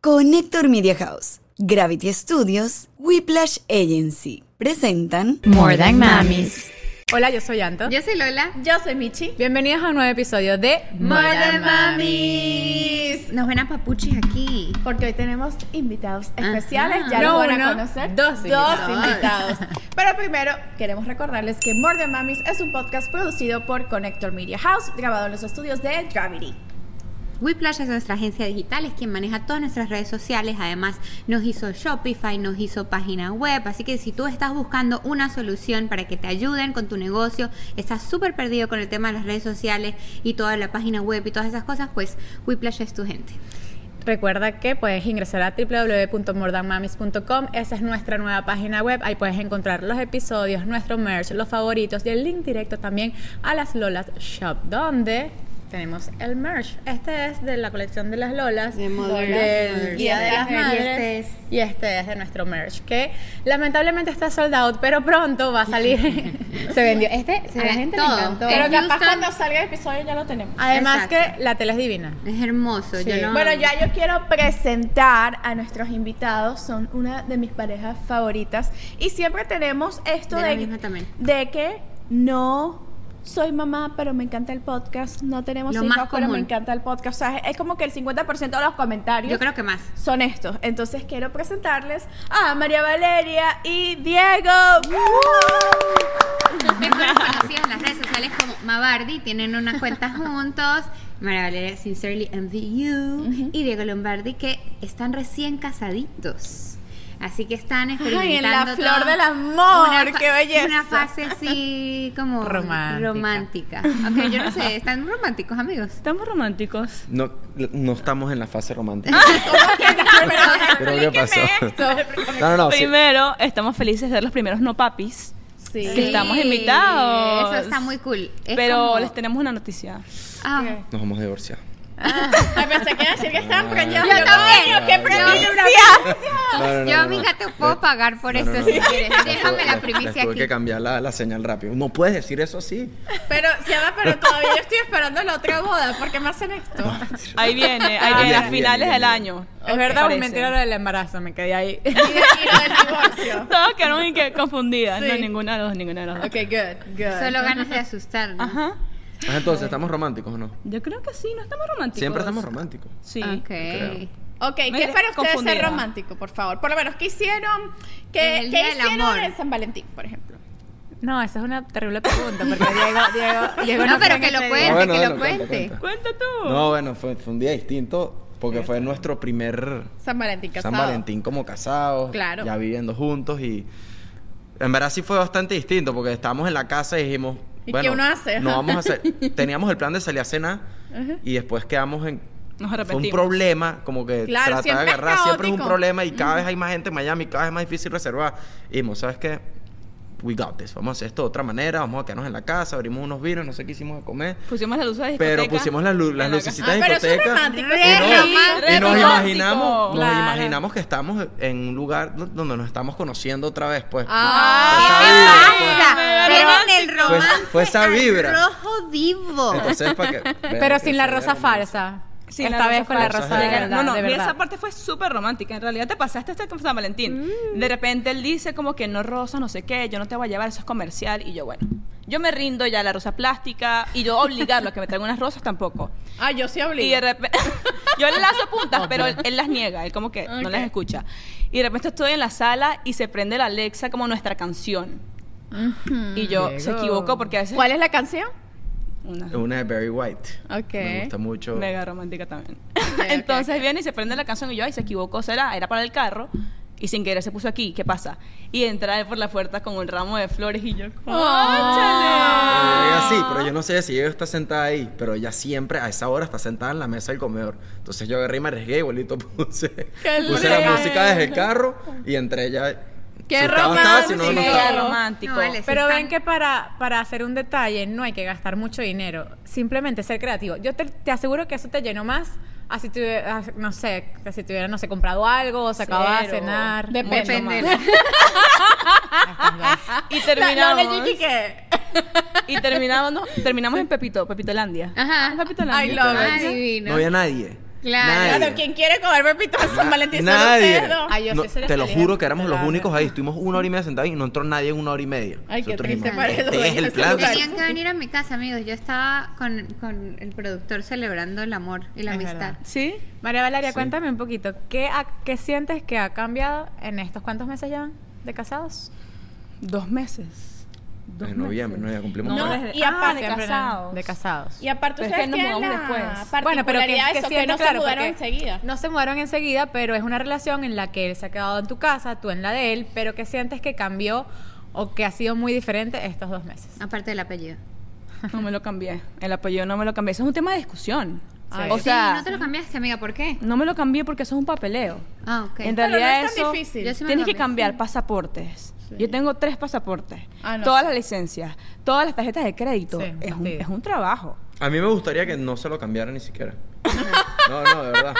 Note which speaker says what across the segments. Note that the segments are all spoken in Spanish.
Speaker 1: Connector Media House, Gravity Studios, Whiplash Agency presentan
Speaker 2: More Than Mamis.
Speaker 3: Hola, yo soy Anto.
Speaker 4: Yo soy Lola.
Speaker 5: Yo soy Michi.
Speaker 3: Bienvenidos a un nuevo episodio de
Speaker 4: More Than Mamis. Nos ven a papuchis aquí.
Speaker 5: Porque hoy tenemos invitados especiales.
Speaker 4: Ajá.
Speaker 5: Ya
Speaker 3: No
Speaker 5: lo van
Speaker 3: uno,
Speaker 5: a conocer.
Speaker 3: dos invitados.
Speaker 5: invitados. Pero primero, queremos recordarles que More Than Mamis es un podcast producido por Connector Media House, grabado en los estudios de Gravity.
Speaker 4: Whiplash es nuestra agencia digital, es quien maneja todas nuestras redes sociales. Además, nos hizo Shopify, nos hizo página web. Así que si tú estás buscando una solución para que te ayuden con tu negocio, estás súper perdido con el tema de las redes sociales y toda la página web y todas esas cosas, pues Whiplash es tu gente.
Speaker 3: Recuerda que puedes ingresar a www.mordanmamis.com. Esa es nuestra nueva página web. Ahí puedes encontrar los episodios, nuestro merch, los favoritos y el link directo también a las Lolas Shop, donde tenemos el merch. Este es de la colección de las Lolas.
Speaker 4: De Mother
Speaker 3: del
Speaker 4: Lolas.
Speaker 3: Día de las
Speaker 4: Y este
Speaker 3: Madres.
Speaker 4: es-
Speaker 3: Y este es de nuestro merch, que lamentablemente está sold out, pero pronto va a salir. se vendió. Este
Speaker 4: Se
Speaker 3: a la
Speaker 4: ve
Speaker 3: gente
Speaker 4: todo.
Speaker 3: le encantó.
Speaker 4: En
Speaker 5: Pero capaz
Speaker 4: Houston-
Speaker 5: cuando salga el episodio ya lo tenemos.
Speaker 3: Además
Speaker 4: Exacto.
Speaker 3: que la tela es divina.
Speaker 4: Es hermoso.
Speaker 3: Sí.
Speaker 4: Yo no-
Speaker 5: Bueno, ya yo quiero presentar a nuestros invitados. Son una de mis parejas favoritas. Y siempre tenemos esto
Speaker 4: De la
Speaker 5: de,
Speaker 4: misma también.
Speaker 5: de que no soy mamá, pero me encanta el podcast. No tenemos
Speaker 4: Lo
Speaker 5: hijos,
Speaker 4: más
Speaker 5: pero me
Speaker 4: común.
Speaker 5: encanta el podcast. O sea, es como que el 50% de los comentarios
Speaker 4: Yo creo que más.
Speaker 5: son estos. Entonces quiero presentarles a María Valeria y Diego.
Speaker 4: Los mejores conocidos en las redes sociales como Mabardi tienen unas cuentas juntos. María Valeria Sincerely MVU y Diego Lombardi que están recién casaditos. Así que están
Speaker 5: Ay, en
Speaker 4: experimentando
Speaker 5: la
Speaker 4: toda
Speaker 5: flor del amor,
Speaker 4: fa-
Speaker 5: qué belleza.
Speaker 4: Una fase así como
Speaker 3: Romántica.
Speaker 4: romántica. Ok, yo no sé, están románticos, amigos.
Speaker 6: Estamos románticos.
Speaker 7: No, no estamos en la fase romántica.
Speaker 4: Ah,
Speaker 7: Pero ¿qué pasó? No, no, no. Ah, sí.
Speaker 6: Primero, estamos felices de ser los primeros no papis.
Speaker 5: Sí.
Speaker 6: Que estamos invitados.
Speaker 4: Eso está muy cool. Es
Speaker 6: Pero
Speaker 4: como-
Speaker 6: les tenemos una noticia.
Speaker 4: Ah,
Speaker 7: Nos vamos a divorciar.
Speaker 5: Ay, pensé que iba a decir que estaban preñados.
Speaker 4: Yo también.
Speaker 5: ¡Qué
Speaker 7: Yo-
Speaker 5: primicia!
Speaker 7: No, no,
Speaker 4: Yo,
Speaker 7: no, no,
Speaker 4: amiga,
Speaker 7: no.
Speaker 4: te puedo pagar por
Speaker 7: No,
Speaker 4: esto
Speaker 7: no, no,
Speaker 4: si
Speaker 7: no.
Speaker 4: quieres.
Speaker 7: Les tuve-
Speaker 4: Déjame la
Speaker 7: les- les
Speaker 4: primicia
Speaker 7: Tuve
Speaker 4: aquí.
Speaker 7: que cambiar la, la señal rápido. No puedes decir eso así.
Speaker 5: Pero, Siana, pero todavía yo estoy esperando la otra boda. ¿Por qué me hacen esto?
Speaker 7: Ah,
Speaker 6: Ahí viene, ahí viene, a
Speaker 7: Bien, bien,
Speaker 6: finales del
Speaker 7: bien, bien.
Speaker 6: año.
Speaker 3: Es verdad,
Speaker 6: Parece.
Speaker 3: o mentira lo del embarazo, me quedé ahí.
Speaker 5: Y de- y lo del divorcio.
Speaker 6: Todas quedaron y que confundidas.
Speaker 5: Sí.
Speaker 6: No, ninguna de los dos, ninguna de los dos.
Speaker 5: Ok, good, good.
Speaker 4: Solo ganas de asustarnos.
Speaker 6: Ajá.
Speaker 7: Ah, Entonces, ¿estamos románticos o no?
Speaker 6: Yo creo que sí, no estamos románticos.
Speaker 7: Siempre estamos románticos.
Speaker 6: Sí.
Speaker 4: Ok.
Speaker 7: creo.
Speaker 5: Ok,
Speaker 6: Me
Speaker 5: ¿qué es para ustedes
Speaker 6: confundida.
Speaker 5: ser romántico, por favor? Por lo menos, ¿qué hicieron?
Speaker 4: En
Speaker 5: ¿Qué,
Speaker 4: el
Speaker 5: qué
Speaker 4: Día del
Speaker 5: hicieron
Speaker 4: Amor.
Speaker 5: en San Valentín, por ejemplo?
Speaker 3: No, esa es una terrible pregunta, porque Diego, Diego, Diego
Speaker 4: No, pero
Speaker 3: cree
Speaker 4: que lo
Speaker 3: se
Speaker 4: puede-
Speaker 3: diga.
Speaker 4: Cuente, que lo
Speaker 7: dale, cuenta,
Speaker 4: cuente.
Speaker 7: cuenta.
Speaker 6: Cuenta tú.
Speaker 7: No, bueno, fue, fue un día distinto porque fue nuestro primer
Speaker 5: San Valentín casado.
Speaker 7: San Valentín como casados,
Speaker 5: Claro.
Speaker 7: ya viviendo juntos y en verdad sí fue bastante distinto porque estábamos en la casa y dijimos,
Speaker 5: ¿Y
Speaker 7: bueno,
Speaker 5: qué uno hace?
Speaker 7: no vamos a hacer, teníamos el plan de salir a cenar y después quedamos en
Speaker 6: Nos
Speaker 7: fue un
Speaker 6: arrepentimos.
Speaker 7: problema como que
Speaker 5: Claro,
Speaker 7: tratar de
Speaker 5: siempre es
Speaker 7: agarrar, siempre es un
Speaker 5: caótico.
Speaker 7: problema y cada vez hay más gente en Miami, cada vez es más difícil reservar. Y dijimos, ¿sabes qué? We got this, vamos a hacer esto de otra manera, vamos a quedarnos en la casa, abrimos unos vinos, no sé qué hicimos de comer.
Speaker 6: Pusimos las luces de
Speaker 7: Pero
Speaker 6: discoteca
Speaker 7: pusimos las, lu-
Speaker 6: en
Speaker 7: las
Speaker 6: la
Speaker 7: lucecitas
Speaker 5: Ah,
Speaker 7: de
Speaker 5: pero eso es
Speaker 7: discoteca.
Speaker 5: romántico.
Speaker 4: Re
Speaker 7: Y nos-
Speaker 4: romántico.
Speaker 7: y nos
Speaker 6: Re
Speaker 7: imaginamos, nos
Speaker 3: Claro.
Speaker 7: imaginamos que estamos en un lugar do- donde nos estamos conociendo otra vez, pues.
Speaker 4: Ah, ¿Qué te
Speaker 7: Fue esa
Speaker 4: pasa?
Speaker 6: me veo
Speaker 4: Pero en el
Speaker 7: vibra. Fue-
Speaker 4: romance
Speaker 7: fue esa vibra.
Speaker 4: al rojo vivo.
Speaker 7: Entonces, para que.
Speaker 3: Pero sin la rosa falsa.
Speaker 6: Sí,
Speaker 3: Esta
Speaker 6: la
Speaker 3: vez
Speaker 6: rosa
Speaker 3: con la
Speaker 6: falsa.
Speaker 3: rosa de
Speaker 6: Llega-
Speaker 3: verdad.
Speaker 6: No, no,
Speaker 3: de
Speaker 6: mira,
Speaker 3: verdad.
Speaker 6: esa parte fue súper romántica. En realidad te pasaste este con San Valentín. De repente él dice como que no rosas, no sé qué, yo no te voy a llevar, eso es comercial. Y yo, bueno, yo me rindo ya a la rosa plástica y yo obligarlo a que me traiga unas rosas tampoco.
Speaker 5: Ah, yo sí obligo.
Speaker 6: Y de repente, yo le lazo puntas, pero él, él las niega, él como que no
Speaker 5: Ok.
Speaker 6: las escucha. Y de repente estoy en la sala y se prende la Alexa como nuestra canción. Y yo se
Speaker 3: Diego.
Speaker 6: equivocó porque a veces...
Speaker 5: ¿Cuál es la canción?
Speaker 6: Una-
Speaker 7: Una de Barry White.
Speaker 5: Ok.
Speaker 7: Me gusta mucho.
Speaker 6: Mega romántica también.
Speaker 5: ok,
Speaker 6: Entonces
Speaker 5: ok.
Speaker 6: viene y se prende la canción y yo, ay, se equivocó, será, era para el carro. Y sin querer se puso aquí, ¿qué pasa? Y entra él por la puerta con un ramo de flores y yo, ¡cónchale!
Speaker 7: Pero ella sí, Eh, pero yo no sé si ella está sentada ahí, pero ella siempre a esa hora está sentada en la mesa del comedor. Entonces yo agarré y me arriesgué, igualito puse, puse la
Speaker 5: lindo!
Speaker 7: música desde el carro y entre ella.
Speaker 5: ¡Qué
Speaker 7: estaba, estaba, si Ah, no, no
Speaker 5: romántico!
Speaker 7: estaba.
Speaker 6: Mega "Ah, romántico.
Speaker 4: No, vale.
Speaker 3: Pero
Speaker 4: están-
Speaker 3: ven que para, para hacer un detalle no hay que gastar mucho dinero, simplemente ser creativo. Yo te, te aseguro que eso te llenó más a si tuve- a- no sé, a si te hubieran, no sé, comprado algo, o se acababa de
Speaker 6: Cero.
Speaker 3: cenar.
Speaker 6: De-
Speaker 4: Depende.
Speaker 6: Y
Speaker 5: La, la de
Speaker 6: terminamos.
Speaker 5: Gigi que...
Speaker 6: y terminamos, terminamos en Pepito, Pepitolandia.
Speaker 4: Ajá.
Speaker 6: Pepitolandia.
Speaker 5: I love it.
Speaker 4: Ay, divino.
Speaker 7: No había nadie.
Speaker 4: Claro.
Speaker 5: Claro,
Speaker 7: Nadie.
Speaker 5: quien quiere comer pepito de San
Speaker 7: Na-
Speaker 5: Valentín son
Speaker 7: nadie.
Speaker 5: ustedes dos.
Speaker 3: Ay, yo
Speaker 7: No,
Speaker 3: sí sería
Speaker 7: te lo
Speaker 3: feliz
Speaker 7: juro
Speaker 3: en-
Speaker 7: que éramos los
Speaker 3: la-
Speaker 7: únicos ahí. Estuvimos una hora y media sentados y no entró nadie en una hora y media.
Speaker 5: Ay, qué
Speaker 7: Nosotros
Speaker 5: triste
Speaker 7: dijimos,
Speaker 5: para el
Speaker 7: este
Speaker 5: dueño
Speaker 7: es
Speaker 5: de
Speaker 7: el
Speaker 5: ese
Speaker 7: plan.
Speaker 5: lugar.
Speaker 4: Tenían que venir a mi casa, amigos. Yo estaba con, con el productor celebrando el amor y la
Speaker 3: Es
Speaker 4: amistad.
Speaker 3: verdad.
Speaker 6: ¿Sí?
Speaker 3: María Valeria,
Speaker 7: Sí.
Speaker 3: cuéntame un poquito, ¿qué, ha- ¿qué sientes que ha cambiado en estos cuántos meses llevan de casados?
Speaker 6: Dos meses. Dos
Speaker 7: En noviembre, no, ya cumplimos.
Speaker 5: No,
Speaker 7: tres.
Speaker 5: desde-
Speaker 6: y
Speaker 5: ah,
Speaker 6: aparte
Speaker 5: de
Speaker 3: Siempre no,
Speaker 6: casados.
Speaker 3: de casados.
Speaker 5: Y aparte
Speaker 6: Pero es
Speaker 5: ustedes
Speaker 6: que nos
Speaker 5: tienen
Speaker 6: mudamos
Speaker 5: la
Speaker 6: después.
Speaker 5: particularidad de eso, que,
Speaker 3: siento,
Speaker 5: no se
Speaker 3: claro,
Speaker 5: mudaron
Speaker 3: porque
Speaker 5: enseguida.
Speaker 3: No se mudaron enseguida, pero es una relación en la que él se ha quedado en tu casa, tú en la de él, pero que sientes que cambió o que ha sido muy diferente estos dos meses.
Speaker 4: Aparte del apellido.
Speaker 6: No me lo cambié. El apellido no me lo cambié. Eso es un tema de discusión.
Speaker 3: Sí.
Speaker 6: O
Speaker 3: Sí,
Speaker 4: Sí,
Speaker 6: sea,
Speaker 4: no te lo cambiaste, amiga. ¿Por qué?
Speaker 6: no me lo cambié porque eso es un papeleo.
Speaker 4: Ah, ok.
Speaker 6: En
Speaker 5: Pero no
Speaker 6: realidad
Speaker 5: es tan
Speaker 6: eso-
Speaker 5: difícil.
Speaker 4: Yo sí me lo
Speaker 6: Tienes que
Speaker 4: cambié.
Speaker 6: cambiar pasaportes. Yo tengo tres pasaportes,
Speaker 5: Ah, no,
Speaker 6: todas
Speaker 5: sí.
Speaker 6: las licencias, todas las tarjetas de crédito.
Speaker 3: Sí, un
Speaker 6: es, un,
Speaker 3: fastidio.
Speaker 6: es un trabajo.
Speaker 7: A mí me gustaría que no se lo cambiara ni siquiera. No, no, de verdad.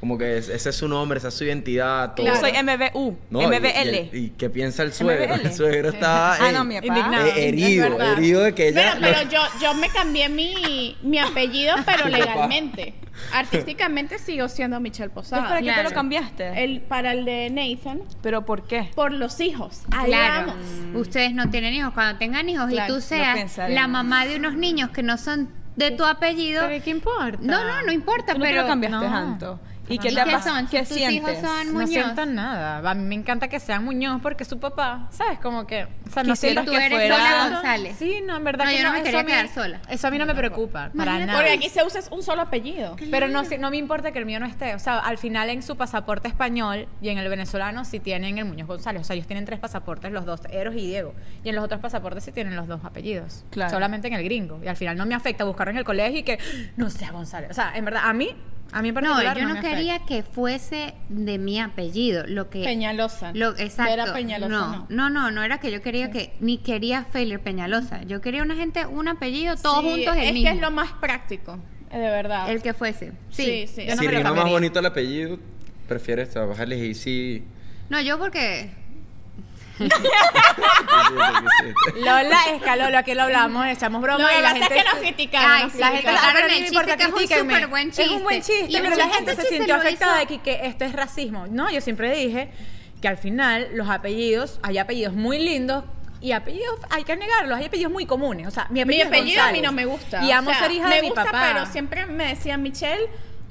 Speaker 7: Como que es- ese es su nombre, esa es su identidad, todo.
Speaker 6: Yo soy MBU,
Speaker 7: No, y-
Speaker 6: MBL.
Speaker 7: Y, y qué piensa el suegro?
Speaker 6: MBL.
Speaker 7: El suegro está
Speaker 6: Ah,
Speaker 7: eh,
Speaker 6: no, mi papá.
Speaker 3: Indignado.
Speaker 7: eh, herido,
Speaker 5: Es verdad.
Speaker 7: herido de que ella...
Speaker 5: Bueno, pero yo, yo me cambié mi, mi apellido, pero legalmente. Artísticamente sigo siendo Michelle
Speaker 6: Entonces,
Speaker 5: Posada.
Speaker 6: Pues, ¿Para qué te
Speaker 4: Claro.
Speaker 6: lo cambiaste?
Speaker 5: El, para el de Nathan,
Speaker 6: ¿Pero por qué?
Speaker 5: por los hijos. Ahí
Speaker 4: Claro,
Speaker 5: vamos.
Speaker 4: ustedes no tienen hijos. Cuando tengan hijos
Speaker 6: Claro,
Speaker 4: y tú
Speaker 6: lo
Speaker 4: seas
Speaker 6: pensaremos.
Speaker 4: la mamá de unos niños que no son de tu apellido,
Speaker 3: ¿Pero qué importa?
Speaker 4: no, no, no importa.
Speaker 6: Tú no te
Speaker 4: pero
Speaker 6: lo cambiaste ah,
Speaker 3: no.
Speaker 6: tanto. ¿Y
Speaker 4: No.
Speaker 6: qué
Speaker 4: ¿Y
Speaker 6: te ha
Speaker 4: qué
Speaker 6: pasado?
Speaker 4: son?
Speaker 6: ¿Qué
Speaker 4: ¿Tus hijos
Speaker 6: sientes?
Speaker 4: son
Speaker 3: No
Speaker 4: Muñoz.
Speaker 3: siento nada. A mí me encanta que sean Muñoz porque su papá, ¿sabes? Como que. O sea, no
Speaker 6: Quisiera
Speaker 3: siento
Speaker 4: tú
Speaker 6: que
Speaker 4: eres
Speaker 6: fuera-
Speaker 4: Lola
Speaker 3: Claro.
Speaker 4: González.
Speaker 3: Sí, no, en verdad
Speaker 4: No,
Speaker 3: que
Speaker 4: yo no me
Speaker 3: eso
Speaker 4: quería
Speaker 3: a mí-
Speaker 4: quedar sola.
Speaker 3: Eso a mí no, me preocupa, para
Speaker 4: Imagínate.
Speaker 3: nada.
Speaker 5: Porque aquí se usa un solo apellido.
Speaker 3: Pero no, si- no me importa que el mío no esté. O sea, al final en su pasaporte español y en el venezolano sí tienen el Muñoz González. O sea, ellos tienen tres pasaportes, los dos, Eros y Diego. Y en los otros pasaportes sí tienen los dos apellidos.
Speaker 6: Claro.
Speaker 3: Solamente en el gringo. Y al final no me afecta buscar en el colegio y que "¡Ah! no sea González. O sea, en verdad, a mí, a mí en
Speaker 4: No,
Speaker 3: particular
Speaker 4: yo no
Speaker 3: me afecta.
Speaker 4: quería que fuese de mi apellido, lo que
Speaker 5: Peñalosa.
Speaker 4: Lo, exacto.
Speaker 5: Era Peñalosa.
Speaker 4: no, no, no, no era que yo quería que ni quería Failer Peñalosa. Yo quería una gente, un apellido, todos
Speaker 5: Sí,
Speaker 4: juntos el
Speaker 5: Es
Speaker 4: mismo,
Speaker 5: que es lo más práctico, eh, de verdad.
Speaker 4: el que fuese.
Speaker 5: sí,
Speaker 4: Sí.
Speaker 5: sí.
Speaker 3: Yo no
Speaker 7: si
Speaker 3: me lo
Speaker 7: rima más
Speaker 3: cambiaría.
Speaker 7: bonito el apellido, prefieres trabajarles y sí...
Speaker 4: No, yo porque
Speaker 3: Lola escaló, lo que lo hablamos, echamos broma
Speaker 5: Lo
Speaker 3: y la
Speaker 5: que pasa
Speaker 3: gente...
Speaker 5: es que nos criticaron.
Speaker 4: Ay,
Speaker 5: nos
Speaker 4: sí, la gente-
Speaker 5: criticaron.
Speaker 3: Ah, pero
Speaker 4: Ahora
Speaker 3: no
Speaker 4: el
Speaker 3: me
Speaker 4: chiste
Speaker 3: importa,
Speaker 4: que fue un
Speaker 3: critíquenme.
Speaker 4: superbuen
Speaker 3: Es un buen
Speaker 4: chiste.
Speaker 3: chiste,
Speaker 4: Y
Speaker 3: pero
Speaker 4: mucha
Speaker 3: la gente
Speaker 4: gente
Speaker 3: se
Speaker 4: sí
Speaker 3: sintió
Speaker 4: lo hizo.
Speaker 3: afectada de que, que esto es racismo. No, yo siempre dije que al final los apellidos, hay apellidos muy lindos y apellidos, hay que negarlos, hay apellidos muy comunes. O sea, mi
Speaker 5: Mi
Speaker 3: apellido, es
Speaker 5: apellido a mí
Speaker 3: González.
Speaker 5: no me gusta.
Speaker 3: Y
Speaker 5: o
Speaker 3: amo
Speaker 5: sea,
Speaker 3: ser hija
Speaker 5: me
Speaker 3: de mi
Speaker 5: gusta,
Speaker 3: papá.
Speaker 5: pero siempre me decían Michelle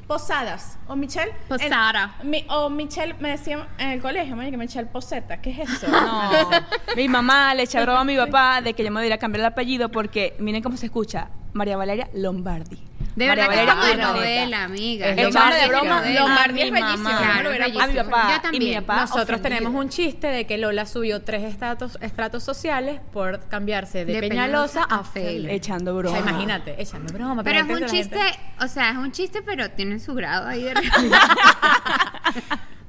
Speaker 5: Posadas o Michelle en-
Speaker 4: Posada.
Speaker 5: mi- o Michelle me decían en el colegio, que Michelle Poseta, ¿qué es eso?
Speaker 6: No. mi mamá le echa broma a mi papá de que yo me debería cambiar el apellido porque miren cómo se escucha. María Valeria Lombardi.
Speaker 4: de
Speaker 6: María
Speaker 4: verdad que es como de
Speaker 6: Valeria Urdaneta.
Speaker 4: novela, amiga.
Speaker 3: Es
Speaker 6: Echando de
Speaker 3: Lombardi,
Speaker 6: broma
Speaker 3: Lombardi.
Speaker 5: Lombardi
Speaker 6: a
Speaker 5: es
Speaker 6: mi
Speaker 5: bellísimo,
Speaker 6: mamá.
Speaker 5: yo me lo hubiera
Speaker 6: a mi
Speaker 4: puesto.
Speaker 6: papá
Speaker 4: Yo
Speaker 6: y mi
Speaker 4: también.
Speaker 6: papá
Speaker 3: Nosotros
Speaker 6: ofendido.
Speaker 3: tenemos un chiste de que Lola subió tres estratos, estratos sociales por cambiarse de,
Speaker 4: De
Speaker 3: Peñalosa,
Speaker 4: Peñalosa
Speaker 3: a
Speaker 4: a
Speaker 3: Fela.
Speaker 4: Fela.
Speaker 6: echando
Speaker 3: O
Speaker 6: broma.
Speaker 3: sea, imagínate, echando broma.
Speaker 4: Pero es
Speaker 3: antes
Speaker 4: un
Speaker 3: la gente-
Speaker 4: chiste, o sea, es un chiste, pero tienen su grado ahí de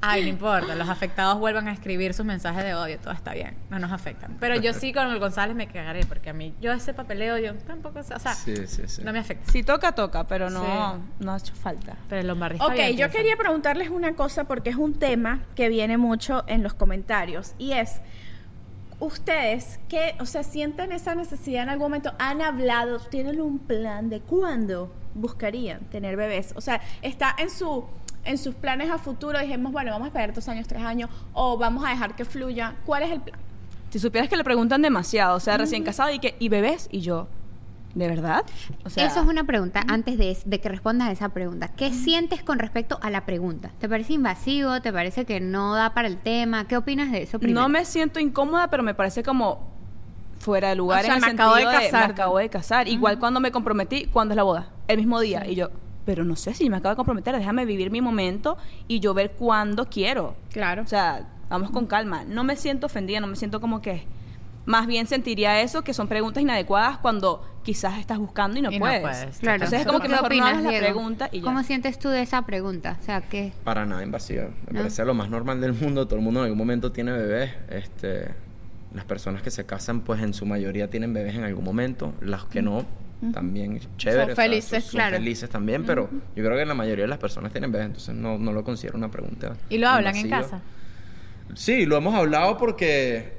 Speaker 3: Ay, no importa, los afectados vuelvan a escribir sus mensajes de odio, todo está bien, no nos afectan. Pero yo sí con el González me cagaré, porque a mí, yo ese papeleo, yo tampoco, sé, o sea,
Speaker 7: Sí, sí, sí.
Speaker 3: no me afecta.
Speaker 6: Si toca, toca, pero no,
Speaker 3: Sí.
Speaker 6: no ha hecho falta.
Speaker 3: Pero el Lombardi está
Speaker 5: Ok,
Speaker 3: bien,
Speaker 5: yo
Speaker 3: Jason.
Speaker 5: quería preguntarles una cosa porque es un tema que viene mucho en los comentarios y es ustedes que, o sea, sienten esa necesidad en algún momento, han hablado, tienen un plan de cuándo buscarían tener bebés, o sea, está en su en sus planes a futuro dijimos, bueno, vamos a esperar dos años, tres años o vamos a dejar que fluya. ¿Cuál es el plan?
Speaker 6: Si supieras que le preguntan demasiado, o sea, recién casado y que, ¿y bebés? Y yo, ¿de verdad? O sea,
Speaker 4: Eso es una pregunta, antes de, de que respondas a esa pregunta. ¿Qué sientes con respecto a la pregunta? ¿Te parece invasivo? ¿Te parece que no da para el tema? ¿Qué opinas de eso primero?
Speaker 6: No me siento incómoda, pero me parece como fuera de lugar
Speaker 3: O sea,
Speaker 6: en el
Speaker 3: me acabo
Speaker 6: sentido
Speaker 3: de
Speaker 6: me
Speaker 3: casar.
Speaker 6: acabo de casar. Igual cuando me comprometí, ¿cuándo es la boda? El mismo día. Y yo, pero no sé si me acabo de comprometer, déjame vivir mi momento y yo ver cuándo quiero.
Speaker 5: Claro.
Speaker 6: O sea, vamos con calma. No me siento ofendida, no me siento como que... Más bien sentiría eso, que son preguntas inadecuadas cuando quizás estás buscando y no
Speaker 3: Y no
Speaker 6: puedes.
Speaker 3: puedes,
Speaker 4: Claro.
Speaker 6: Entonces es como que
Speaker 4: ¿Qué
Speaker 6: mejor no hagas la
Speaker 4: Diego?
Speaker 6: pregunta y ya.
Speaker 4: ¿Cómo sientes tú de esa pregunta? O sea, que
Speaker 7: Para nada invasiva. Me
Speaker 3: Ah.
Speaker 4: No.
Speaker 7: parece lo más normal del mundo. Todo el mundo en algún momento tiene bebés. Este, las personas que se casan, pues en su mayoría tienen bebés en algún momento. Las que no, también chévere.
Speaker 5: Son
Speaker 7: o sea,
Speaker 5: felices,
Speaker 7: son
Speaker 4: claro.
Speaker 7: felices también, pero yo creo que la mayoría de las personas tienen bebés, entonces no, no lo considero una pregunta.
Speaker 3: ¿Y lo hablan en
Speaker 7: invasiva.
Speaker 3: casa?
Speaker 7: Sí, lo hemos hablado porque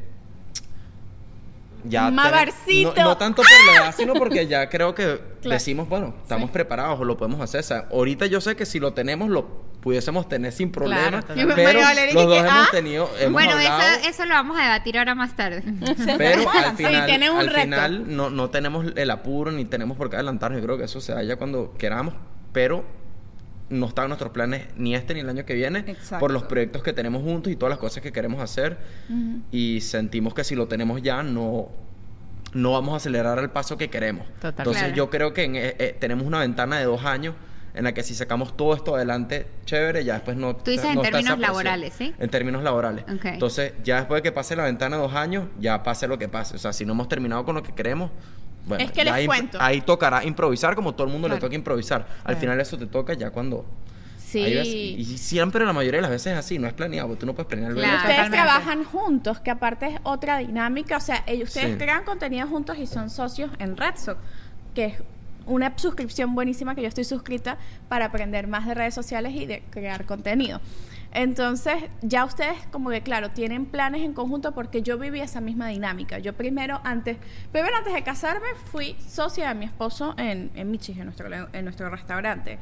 Speaker 7: ya ten-
Speaker 5: Mamarcito.
Speaker 7: no, no tanto por la edad, sino porque ya creo que decimos, bueno, estamos preparados o lo podemos hacer. O sea, ahorita yo sé que si lo tenemos, lo pudiésemos tener sin problema.
Speaker 3: totalmente.
Speaker 7: pero
Speaker 5: María Valeria,
Speaker 7: los
Speaker 5: que,
Speaker 7: dos hemos
Speaker 5: ah,
Speaker 7: tenido, hemos
Speaker 4: bueno, eso,
Speaker 7: hablado,
Speaker 4: eso lo vamos a debatir ahora más tarde.
Speaker 7: pero al
Speaker 5: Sí,
Speaker 7: final,
Speaker 5: tienen un
Speaker 7: al
Speaker 5: reto.
Speaker 7: final no, no tenemos el apuro ni tenemos por qué adelantarnos. Yo creo que eso se da ya cuando queramos, pero no están nuestros planes ni este ni el año que viene
Speaker 6: Exacto.
Speaker 7: por los proyectos que tenemos juntos y todas las cosas que queremos hacer y sentimos que si lo tenemos ya no no vamos a acelerar al paso que queremos.
Speaker 3: Total.
Speaker 7: Entonces
Speaker 4: Claro.
Speaker 7: yo creo que en- eh, eh, tenemos una ventana de dos años en la que si sacamos todo esto adelante, chévere, ya después no...
Speaker 4: Tú dices en
Speaker 7: no está esa
Speaker 4: términos
Speaker 7: presión.
Speaker 4: laborales, ¿sí?
Speaker 7: En términos laborales.
Speaker 4: Ok.
Speaker 7: Entonces, ya después de que pase la ventana de dos años, ya pase lo que pase. O sea, si no hemos terminado con lo que queremos, bueno,
Speaker 5: Es que
Speaker 7: ya
Speaker 5: les
Speaker 7: ahí-
Speaker 5: cuento.
Speaker 7: ahí tocará improvisar como todo el mundo le
Speaker 4: Claro.
Speaker 7: toca improvisar. Al final eso te toca ya cuando... hay veces- y
Speaker 5: Sí.
Speaker 7: siempre la mayoría de las veces es así, no es planeado, porque tú no puedes planear el
Speaker 4: Claro.
Speaker 7: verano.
Speaker 5: Ustedes
Speaker 3: Totalmente.
Speaker 5: trabajan juntos, que aparte es otra dinámica. O sea, ellos, ustedes
Speaker 7: Sí.
Speaker 5: crean contenido juntos y son socios en RedSoc, que es una suscripción buenísima que yo estoy suscrita para aprender más de redes sociales y de crear contenido. Entonces, ya ustedes como que, claro, tienen planes en conjunto porque yo viví esa misma dinámica. Yo primero, antes, primero antes de casarme, fui socia de mi esposo en, en Michigan, en nuestro, en nuestro restaurante.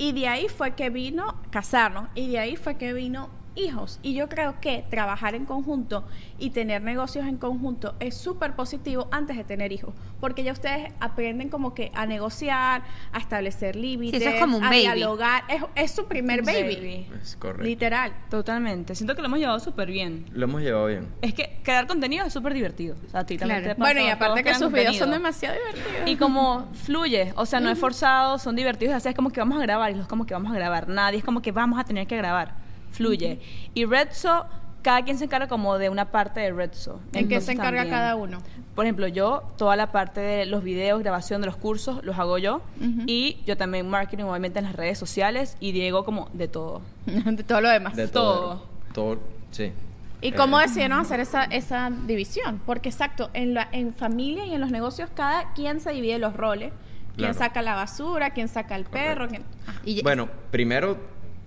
Speaker 5: Y de ahí fue que vino casarnos, y de ahí fue que vino hijos. Y yo creo que trabajar en conjunto y tener negocios en conjunto es súper positivo antes de tener hijos, porque ya ustedes aprenden como que a negociar, a establecer límites,
Speaker 4: como un
Speaker 5: a
Speaker 4: baby.
Speaker 5: dialogar. Es, es su primer baby,
Speaker 7: Es correcto.
Speaker 5: literal.
Speaker 6: Totalmente. Siento que lo hemos llevado súper bien.
Speaker 7: Lo hemos llevado bien.
Speaker 6: Es que crear contenido es súper divertido. O sea, a ti también
Speaker 4: Claro.
Speaker 6: te pasa,
Speaker 5: Bueno, y
Speaker 6: todos
Speaker 5: aparte que
Speaker 6: crean
Speaker 5: sus videos son
Speaker 6: contenido.
Speaker 5: demasiado divertidos.
Speaker 6: Y como fluye, o sea, no es forzado, son divertidos, o sea, es como que vamos a grabar, y los como que vamos a grabar, nadie es como que vamos a tener que grabar, fluye. Y Redso, cada quien se encarga como de una parte de Redso.
Speaker 5: ¿En qué se encarga cada uno?
Speaker 6: Por ejemplo, yo toda la parte de los videos, grabación de los cursos, los hago yo. Y yo también marketing, obviamente, en las redes sociales. Y Diego como de todo.
Speaker 5: de todo lo demás.
Speaker 7: De
Speaker 6: Todo.
Speaker 7: todo. Todo, sí.
Speaker 5: ¿Y
Speaker 7: Eh,
Speaker 5: cómo decidieron hacer esa, esa división? Porque exacto, en, la, en familia y en los negocios cada quien se divide los roles. Quién
Speaker 7: Claro.
Speaker 5: saca la basura, quién saca el perro.
Speaker 7: Correcto.
Speaker 5: quién-
Speaker 4: Y ya-
Speaker 7: Bueno, primero,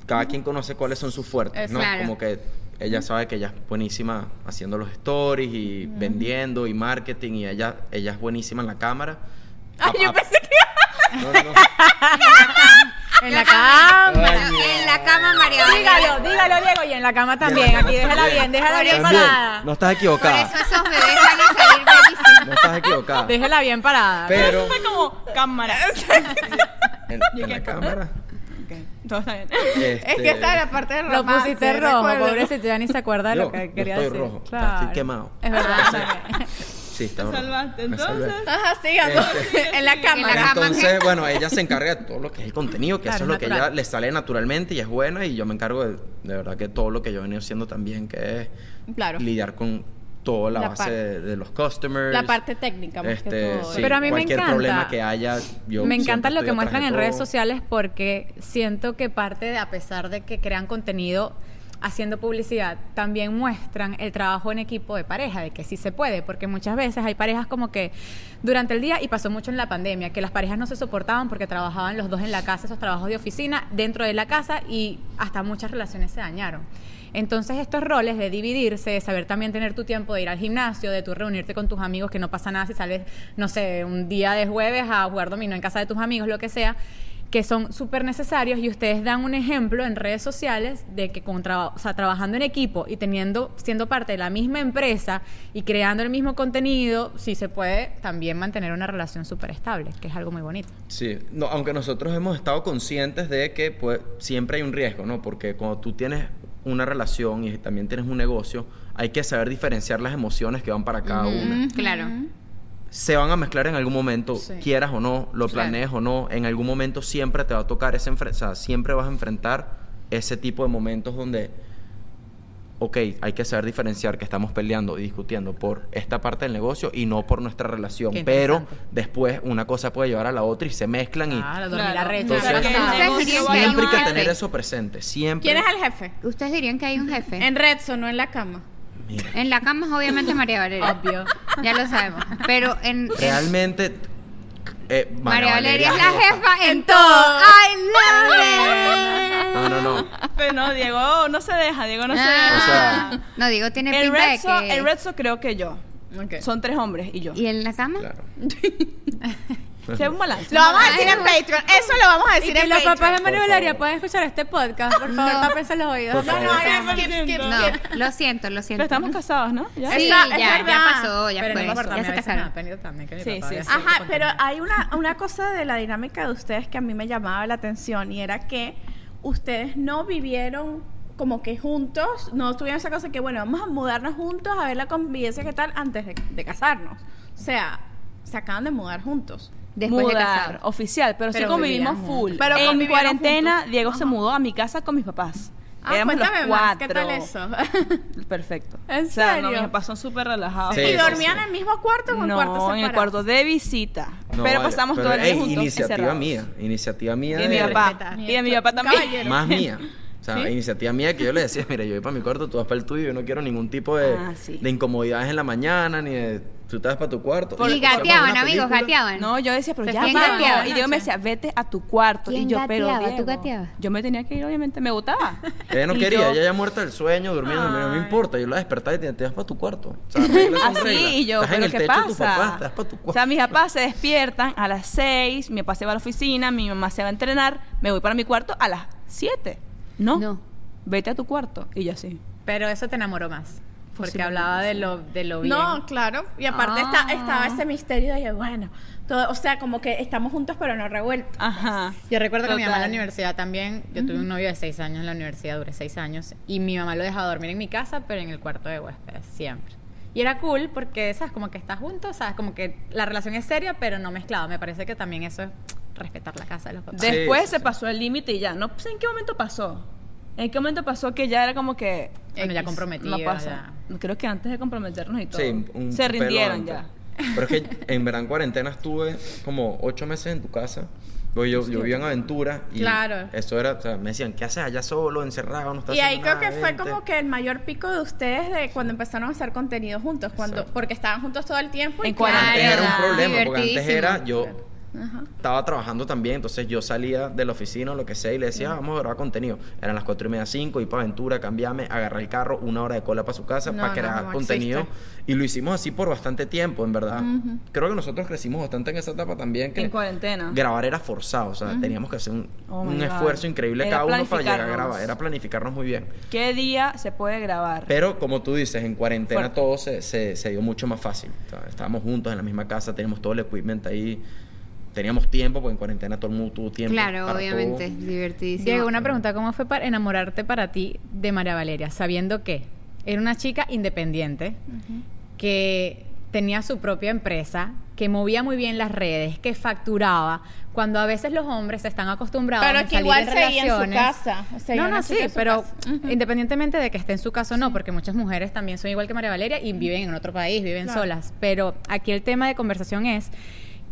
Speaker 7: cada quien conoce cuáles son sus fuertes,
Speaker 5: Es
Speaker 7: ¿no?
Speaker 4: claro.
Speaker 7: Como que ella sabe que ella es buenísima haciendo los stories y vendiendo y marketing y ella, ella es buenísima en la cámara.
Speaker 5: Ay,
Speaker 7: A-
Speaker 5: yo
Speaker 7: a-
Speaker 5: pensé que
Speaker 7: no, no, no.
Speaker 3: En la cama.
Speaker 7: Coño.
Speaker 4: en la cama, María Valeria.
Speaker 3: Dígalo, dígalo, Diego. Y en la cama también. Aquí déjala bien, déjala bien
Speaker 7: También,
Speaker 3: parada.
Speaker 7: no estás
Speaker 4: Por
Speaker 7: equivocada.
Speaker 4: eso esos bebés van a salir bellísimos.
Speaker 7: No estás equivocada.
Speaker 3: Déjela bien parada.
Speaker 7: Pero
Speaker 6: Fue como cámara.
Speaker 7: en, en la cámara. este,
Speaker 6: Ok, Todo está bien.
Speaker 5: Es que está la parte de
Speaker 3: Lo
Speaker 5: romance.
Speaker 3: pusiste rojo,
Speaker 5: recuerdo.
Speaker 3: pobrecito, ya ni se acuerda de
Speaker 7: Yo,
Speaker 3: lo que
Speaker 7: yo
Speaker 3: quería
Speaker 7: estoy
Speaker 3: decir.
Speaker 7: rojo, está-
Speaker 3: Claro.
Speaker 7: estoy quemado.
Speaker 3: Es verdad. también.
Speaker 7: Sí, está
Speaker 6: Te
Speaker 7: broma.
Speaker 6: salvaste,
Speaker 7: Me salvé.
Speaker 6: entonces.
Speaker 5: Ajá, sigamos.
Speaker 7: Este,
Speaker 5: en la cama.
Speaker 4: En la cama.
Speaker 7: Entonces, bueno, ella se encarga de todo lo que es el contenido, que eso
Speaker 3: Claro,
Speaker 7: es lo que
Speaker 3: natural.
Speaker 7: ella le sale naturalmente y es buena, y yo me encargo de, de verdad que todo lo que yo he venido haciendo también, que es
Speaker 5: Claro.
Speaker 7: lidiar con toda la,
Speaker 5: La
Speaker 7: base
Speaker 5: parte-
Speaker 7: de, de los customers.
Speaker 5: La parte técnica más que
Speaker 7: este,
Speaker 5: todo.
Speaker 7: sí,
Speaker 3: Pero a mí me
Speaker 7: cualquier
Speaker 3: encanta.
Speaker 7: problema que haya, yo
Speaker 3: Me
Speaker 7: siempre
Speaker 3: encanta lo
Speaker 7: estoy
Speaker 3: que
Speaker 7: atrás de
Speaker 3: muestran en
Speaker 7: todo.
Speaker 3: redes sociales porque siento que parte de, a pesar de que crean contenido haciendo publicidad, también muestran el trabajo en equipo de pareja, de que sí se puede, porque muchas veces hay parejas como que durante el día, y pasó mucho en la pandemia, que las parejas no se soportaban porque trabajaban los dos en la casa, esos trabajos de oficina, dentro de la casa, y hasta muchas relaciones se dañaron. Entonces estos roles de dividirse, de saber también tener tu tiempo de ir al gimnasio, de tú reunirte con tus amigos, que no pasa nada si sales, no sé, un día de jueves a jugar dominó en casa de tus amigos, lo que sea, que son súper necesarios y ustedes dan un ejemplo en redes sociales de que con traba- o sea, trabajando en equipo y teniendo, siendo parte de la misma empresa y creando el mismo contenido, sí se puede también mantener una relación súper estable, que es algo muy bonito.
Speaker 7: Sí, no, aunque nosotros hemos estado conscientes de que pues, siempre hay un riesgo, ¿no? Porque cuando tú tienes una relación y también tienes un negocio, hay que saber diferenciar las emociones que van para cada una.
Speaker 4: Claro.
Speaker 7: se van a mezclar en algún momento,
Speaker 3: Sí.
Speaker 7: quieras o no, lo
Speaker 4: Claro.
Speaker 7: planees o no, en algún momento siempre te va a tocar ese enfre- o sea, siempre vas a enfrentar ese tipo de momentos donde ok, hay que saber diferenciar que estamos peleando y discutiendo por esta parte del negocio y no por nuestra relación,
Speaker 3: Qué
Speaker 7: pero
Speaker 3: interesante.
Speaker 7: después una cosa puede llevar a la otra y se mezclan
Speaker 3: Claro, dormir
Speaker 6: Claro.
Speaker 3: arrecho,
Speaker 7: Entonces,
Speaker 3: abrazado.
Speaker 6: Ustedes
Speaker 4: Ustedes
Speaker 7: y
Speaker 4: dirían que hay
Speaker 7: siempre
Speaker 4: un
Speaker 7: hay que tener
Speaker 4: jefe.
Speaker 7: eso presente, siempre.
Speaker 5: ¿Quién es el jefe?
Speaker 4: Ustedes dirían que hay un jefe.
Speaker 5: En Redson, no en la cama.
Speaker 7: Mira,
Speaker 4: En la cama es obviamente María Valeria.
Speaker 3: Obvio.
Speaker 4: Ya lo sabemos. Pero en. en-
Speaker 7: realmente eh,
Speaker 4: María Valeria es la
Speaker 7: Rosa.
Speaker 4: jefa en todo. ¡I love it!
Speaker 7: No, no, no.
Speaker 6: Pero no, Diego no se deja, Diego no se
Speaker 4: Ah,
Speaker 6: deja.
Speaker 7: O sea,
Speaker 4: no, digo, tiene
Speaker 6: el
Speaker 4: pinta de
Speaker 6: Redso,
Speaker 4: que.
Speaker 6: el Redso creo que yo.
Speaker 3: Ok.
Speaker 6: Son tres hombres y yo.
Speaker 4: ¿Y en la cama?
Speaker 7: Claro.
Speaker 6: Sea un balance.
Speaker 5: Lo vamos a decir en Patreon. Eso lo vamos a
Speaker 3: Y
Speaker 5: decir
Speaker 3: que
Speaker 5: en
Speaker 3: los
Speaker 5: Patreon.
Speaker 3: papás de Manuel
Speaker 7: Por
Speaker 3: Olaria
Speaker 7: favor.
Speaker 3: pueden escuchar este podcast, por favor, tápense los oídos.
Speaker 7: Por
Speaker 3: No, no,
Speaker 7: favor.
Speaker 3: no,
Speaker 5: Skip, skip, skip.
Speaker 4: No, lo siento, lo siento.
Speaker 6: Pero estamos casados, ¿no? ¿Ya?
Speaker 4: Sí,
Speaker 5: Esa- es
Speaker 4: ya, ya
Speaker 5: verdad.
Speaker 4: pasó, ya
Speaker 3: pero no
Speaker 4: fue.
Speaker 3: importa,
Speaker 4: ya
Speaker 3: me
Speaker 4: se
Speaker 3: avisa
Speaker 4: casaron.
Speaker 3: nada, pero yo también, que mi
Speaker 6: Sí,
Speaker 3: papá
Speaker 6: sí,
Speaker 3: había
Speaker 6: sí.
Speaker 3: sido
Speaker 5: Ajá,
Speaker 3: contento.
Speaker 5: pero hay una, una cosa de la dinámica de ustedes que a mí me llamaba la atención y era que ustedes no vivieron como que juntos, no tuvieron esa cosa que, bueno, vamos a mudarnos juntos a ver la convivencia que tal antes de, de casarnos. O sea, se acaban de mudar juntos.
Speaker 4: Después de
Speaker 6: mudar,
Speaker 4: casados.
Speaker 6: oficial, pero, sí
Speaker 3: Pero
Speaker 6: convivimos
Speaker 3: vivían
Speaker 6: full.
Speaker 5: juntos. Pero
Speaker 6: en
Speaker 5: convivieron
Speaker 6: cuarentena,
Speaker 5: juntos.
Speaker 6: Diego se mudó a mi casa con mis papás.
Speaker 5: Ah,
Speaker 6: Éramos los
Speaker 5: cuéntame más,
Speaker 6: cuatro.
Speaker 5: ¿qué tal eso?
Speaker 6: Perfecto.
Speaker 5: ¿En
Speaker 6: o sea, no,
Speaker 5: serio?
Speaker 6: mis papás son súper relajados.
Speaker 7: Sí,
Speaker 5: ¿Y
Speaker 7: sí,
Speaker 5: dormían
Speaker 7: sí.
Speaker 5: en el mismo cuarto o en
Speaker 6: no,
Speaker 5: cuartos separados?
Speaker 6: en el cuarto de visita.
Speaker 7: No,
Speaker 6: pero
Speaker 7: vale,
Speaker 6: pasamos
Speaker 7: pero,
Speaker 6: todo el día
Speaker 7: ey,
Speaker 6: juntos.
Speaker 7: Iniciativa
Speaker 6: encerrados.
Speaker 7: mía. Iniciativa mía.
Speaker 6: Y
Speaker 7: de,
Speaker 6: mi papá.
Speaker 5: respetar.
Speaker 6: Y de mi papá también.
Speaker 5: Caballero.
Speaker 7: Más mía. O sea,
Speaker 5: ¿Sí?
Speaker 7: iniciativa mía que yo le decía, mira, yo voy para mi cuarto, tú vas para el tuyo, yo no quiero ningún tipo de,
Speaker 6: Ah, sí.
Speaker 7: de incomodidades en la mañana, ni de tú te vas para tu cuarto.
Speaker 4: Y
Speaker 7: Yo,
Speaker 4: gateaban,
Speaker 7: una
Speaker 4: amigos,
Speaker 7: película.
Speaker 4: gateaban.
Speaker 6: No, yo decía, pero
Speaker 4: Se
Speaker 6: ya
Speaker 4: ¿Quién
Speaker 6: va.
Speaker 4: gateaba?
Speaker 6: Y Diego me decía, vete a tu cuarto.
Speaker 4: ¿Quién
Speaker 6: y yo, pero.
Speaker 4: gateaba? ¿Tú
Speaker 6: Diego,
Speaker 4: gateabas?
Speaker 6: Yo me tenía que ir, obviamente. Me gustaba.
Speaker 7: Ella no
Speaker 6: Y
Speaker 7: quería,
Speaker 6: yo-
Speaker 7: ella ya muerta del sueño, durmiendo, mira, no me
Speaker 5: Ay.
Speaker 7: importa, yo la despertaba y te, te vas para tu cuarto. O sea, reglas son
Speaker 6: Así,
Speaker 7: reglas.
Speaker 6: y Ah, yo,
Speaker 7: Estás en
Speaker 6: ¿pero
Speaker 7: el
Speaker 6: qué
Speaker 7: techo de tus papás,
Speaker 6: pasa?
Speaker 7: te vas para tu
Speaker 6: O
Speaker 7: cuarto.
Speaker 6: sea, mis papás se despiertan a las 6, mi papá se va a la oficina, mi mamá se va a entrenar, me voy para mi cuarto a las 7. No,
Speaker 4: No.
Speaker 6: vete a tu cuarto. Y yo así.
Speaker 3: Pero eso te enamoró más. Porque hablaba de lo, de lo bien.
Speaker 5: No, claro. Y aparte
Speaker 4: Ah.
Speaker 5: está, estaba ese misterio de, bueno, todo, o sea, como que estamos juntos pero no revueltos.
Speaker 6: Ajá.
Speaker 3: Yo recuerdo que mi mamá en la
Speaker 6: Total.
Speaker 3: universidad también, yo tuve un novio de seis años en la universidad, duré seis años, y mi mamá lo dejaba dormir en mi casa, pero en el cuarto de huéspedes, siempre. Y era cool porque, ¿sabes? Como que estás juntos, ¿sabes? Como que la relación es seria, pero no mezclada. Me parece que también eso es respetar la casa de los papás.
Speaker 7: De-
Speaker 6: Después
Speaker 7: sí,
Speaker 6: se
Speaker 7: sí.
Speaker 6: pasó el límite y ya. No sé en qué momento pasó. ¿En qué momento pasó que ya era como que.
Speaker 3: Bueno, ya
Speaker 6: X,
Speaker 3: comprometida,
Speaker 6: No pasa. Creo que antes de comprometernos y todo.
Speaker 7: Sí, un
Speaker 6: se
Speaker 7: pelo
Speaker 6: rindieron
Speaker 7: antes.
Speaker 6: ya.
Speaker 7: Pero es que en verano cuarentena estuve como ocho meses en tu casa. Porque yo, yo vivía en Aventura y
Speaker 5: Claro.
Speaker 7: eso era, o sea, me decían, ¿qué haces allá solo, encerrado, no estás
Speaker 5: Y ahí creo
Speaker 7: haciendo
Speaker 5: que
Speaker 7: nada,
Speaker 5: fue
Speaker 7: vente"?
Speaker 5: como que el mayor pico de ustedes de cuando empezaron a hacer contenido juntos, cuando
Speaker 7: Exacto.
Speaker 5: porque estaban juntos todo el tiempo.
Speaker 6: En
Speaker 5: Y
Speaker 7: Pero antes
Speaker 4: Claro,
Speaker 7: era un
Speaker 4: ah,
Speaker 7: problema, porque antes
Speaker 4: divertidísimo.
Speaker 7: era yo estaba trabajando también, entonces yo salía de la oficina o lo que sea y le decía, "Ah, vamos a grabar contenido. Eran las cuatro y media, cinco, y para Aventura, cambiarme, agarrar el carro, una hora de cola para su casa
Speaker 5: No,
Speaker 7: para
Speaker 5: no,
Speaker 7: crear
Speaker 5: no
Speaker 7: contenido.
Speaker 5: existe.
Speaker 7: Y lo hicimos así por bastante tiempo, en verdad. Creo que nosotros crecimos bastante en esa etapa también. Que
Speaker 6: En cuarentena.
Speaker 7: Grabar era forzado, o sea, teníamos que hacer un,
Speaker 6: Oh my
Speaker 7: un
Speaker 6: God.
Speaker 7: esfuerzo increíble
Speaker 6: Era
Speaker 7: cada uno para llegar a
Speaker 6: planificarnos.
Speaker 7: grabar. Era planificarnos muy bien.
Speaker 6: ¿Qué día se puede grabar?
Speaker 7: Pero como tú dices, en cuarentena
Speaker 6: Fuerte.
Speaker 7: todo se, se- se dio mucho más fácil. O sea, estábamos juntos en la misma casa, teníamos todo el equipment ahí, teníamos tiempo, porque en cuarentena todo el mundo tuvo tiempo.
Speaker 4: Claro,
Speaker 7: para
Speaker 4: obviamente.
Speaker 7: todo.
Speaker 4: Divertidísimo.
Speaker 3: Diego, una pregunta, ¿cómo fue para enamorarte para ti de María Valeria? Sabiendo que era una chica independiente, que tenía su propia empresa, que movía muy bien las redes, que facturaba, cuando a veces los hombres están acostumbrados
Speaker 5: Pero
Speaker 3: a
Speaker 5: que
Speaker 3: salir
Speaker 5: igual
Speaker 3: en
Speaker 5: seguía en su
Speaker 3: relaciones.
Speaker 5: casa, seguía
Speaker 3: no,
Speaker 5: una
Speaker 3: no,
Speaker 5: chica
Speaker 3: sí,
Speaker 5: en su
Speaker 3: pero
Speaker 5: casa.
Speaker 3: independientemente de que esté en su casa o no, porque muchas mujeres también son igual que María Valeria y viven en otro país, viven
Speaker 5: Claro.
Speaker 3: solas. Pero aquí el tema de conversación es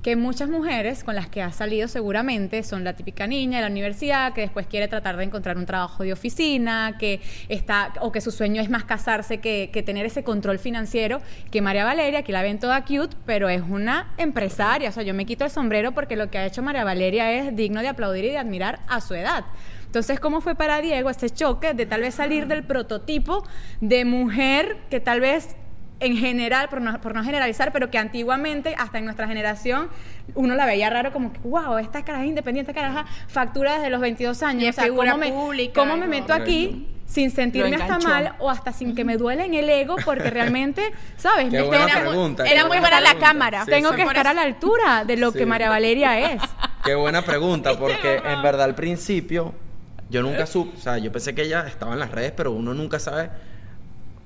Speaker 3: que muchas mujeres con las que has salido seguramente son la típica niña de la universidad que después quiere tratar de encontrar un trabajo de oficina, que está o que su sueño es más casarse que, que tener ese control financiero que María Valeria, que la ven toda cute, pero es una empresaria, o sea, yo me quito el sombrero porque lo que ha hecho María Valeria es digno de aplaudir y de admirar a su edad. Entonces, ¿cómo fue para Diego este choque de tal vez salir del prototipo de mujer que tal vez en general, por no, por no generalizar, pero que antiguamente, hasta en nuestra generación, uno la veía raro como que, wow, esta caraja es independiente, esta caraja factura desde los 22 años.
Speaker 5: Y es figura
Speaker 3: ¿cómo me,
Speaker 5: pública,
Speaker 3: ¿Cómo me
Speaker 5: ¿no?
Speaker 3: meto aquí sin sentirme hasta
Speaker 6: enganchó.
Speaker 3: mal o hasta sin que me duela en el ego? Porque realmente, ¿sabes?
Speaker 7: Qué
Speaker 3: Me
Speaker 7: buena
Speaker 3: tengo-
Speaker 5: muy-
Speaker 7: pregunta.
Speaker 5: era
Speaker 7: qué
Speaker 5: muy
Speaker 7: buena
Speaker 5: buena la
Speaker 7: pregunta.
Speaker 5: cámara.
Speaker 7: Sí,
Speaker 3: tengo
Speaker 7: sí.
Speaker 3: que estar a la altura de lo que
Speaker 7: Sí.
Speaker 3: María Valeria es.
Speaker 7: Qué buena pregunta, porque en verdad al principio yo nunca supe, o sea, yo pensé que ella estaba en las redes, pero uno nunca sabe.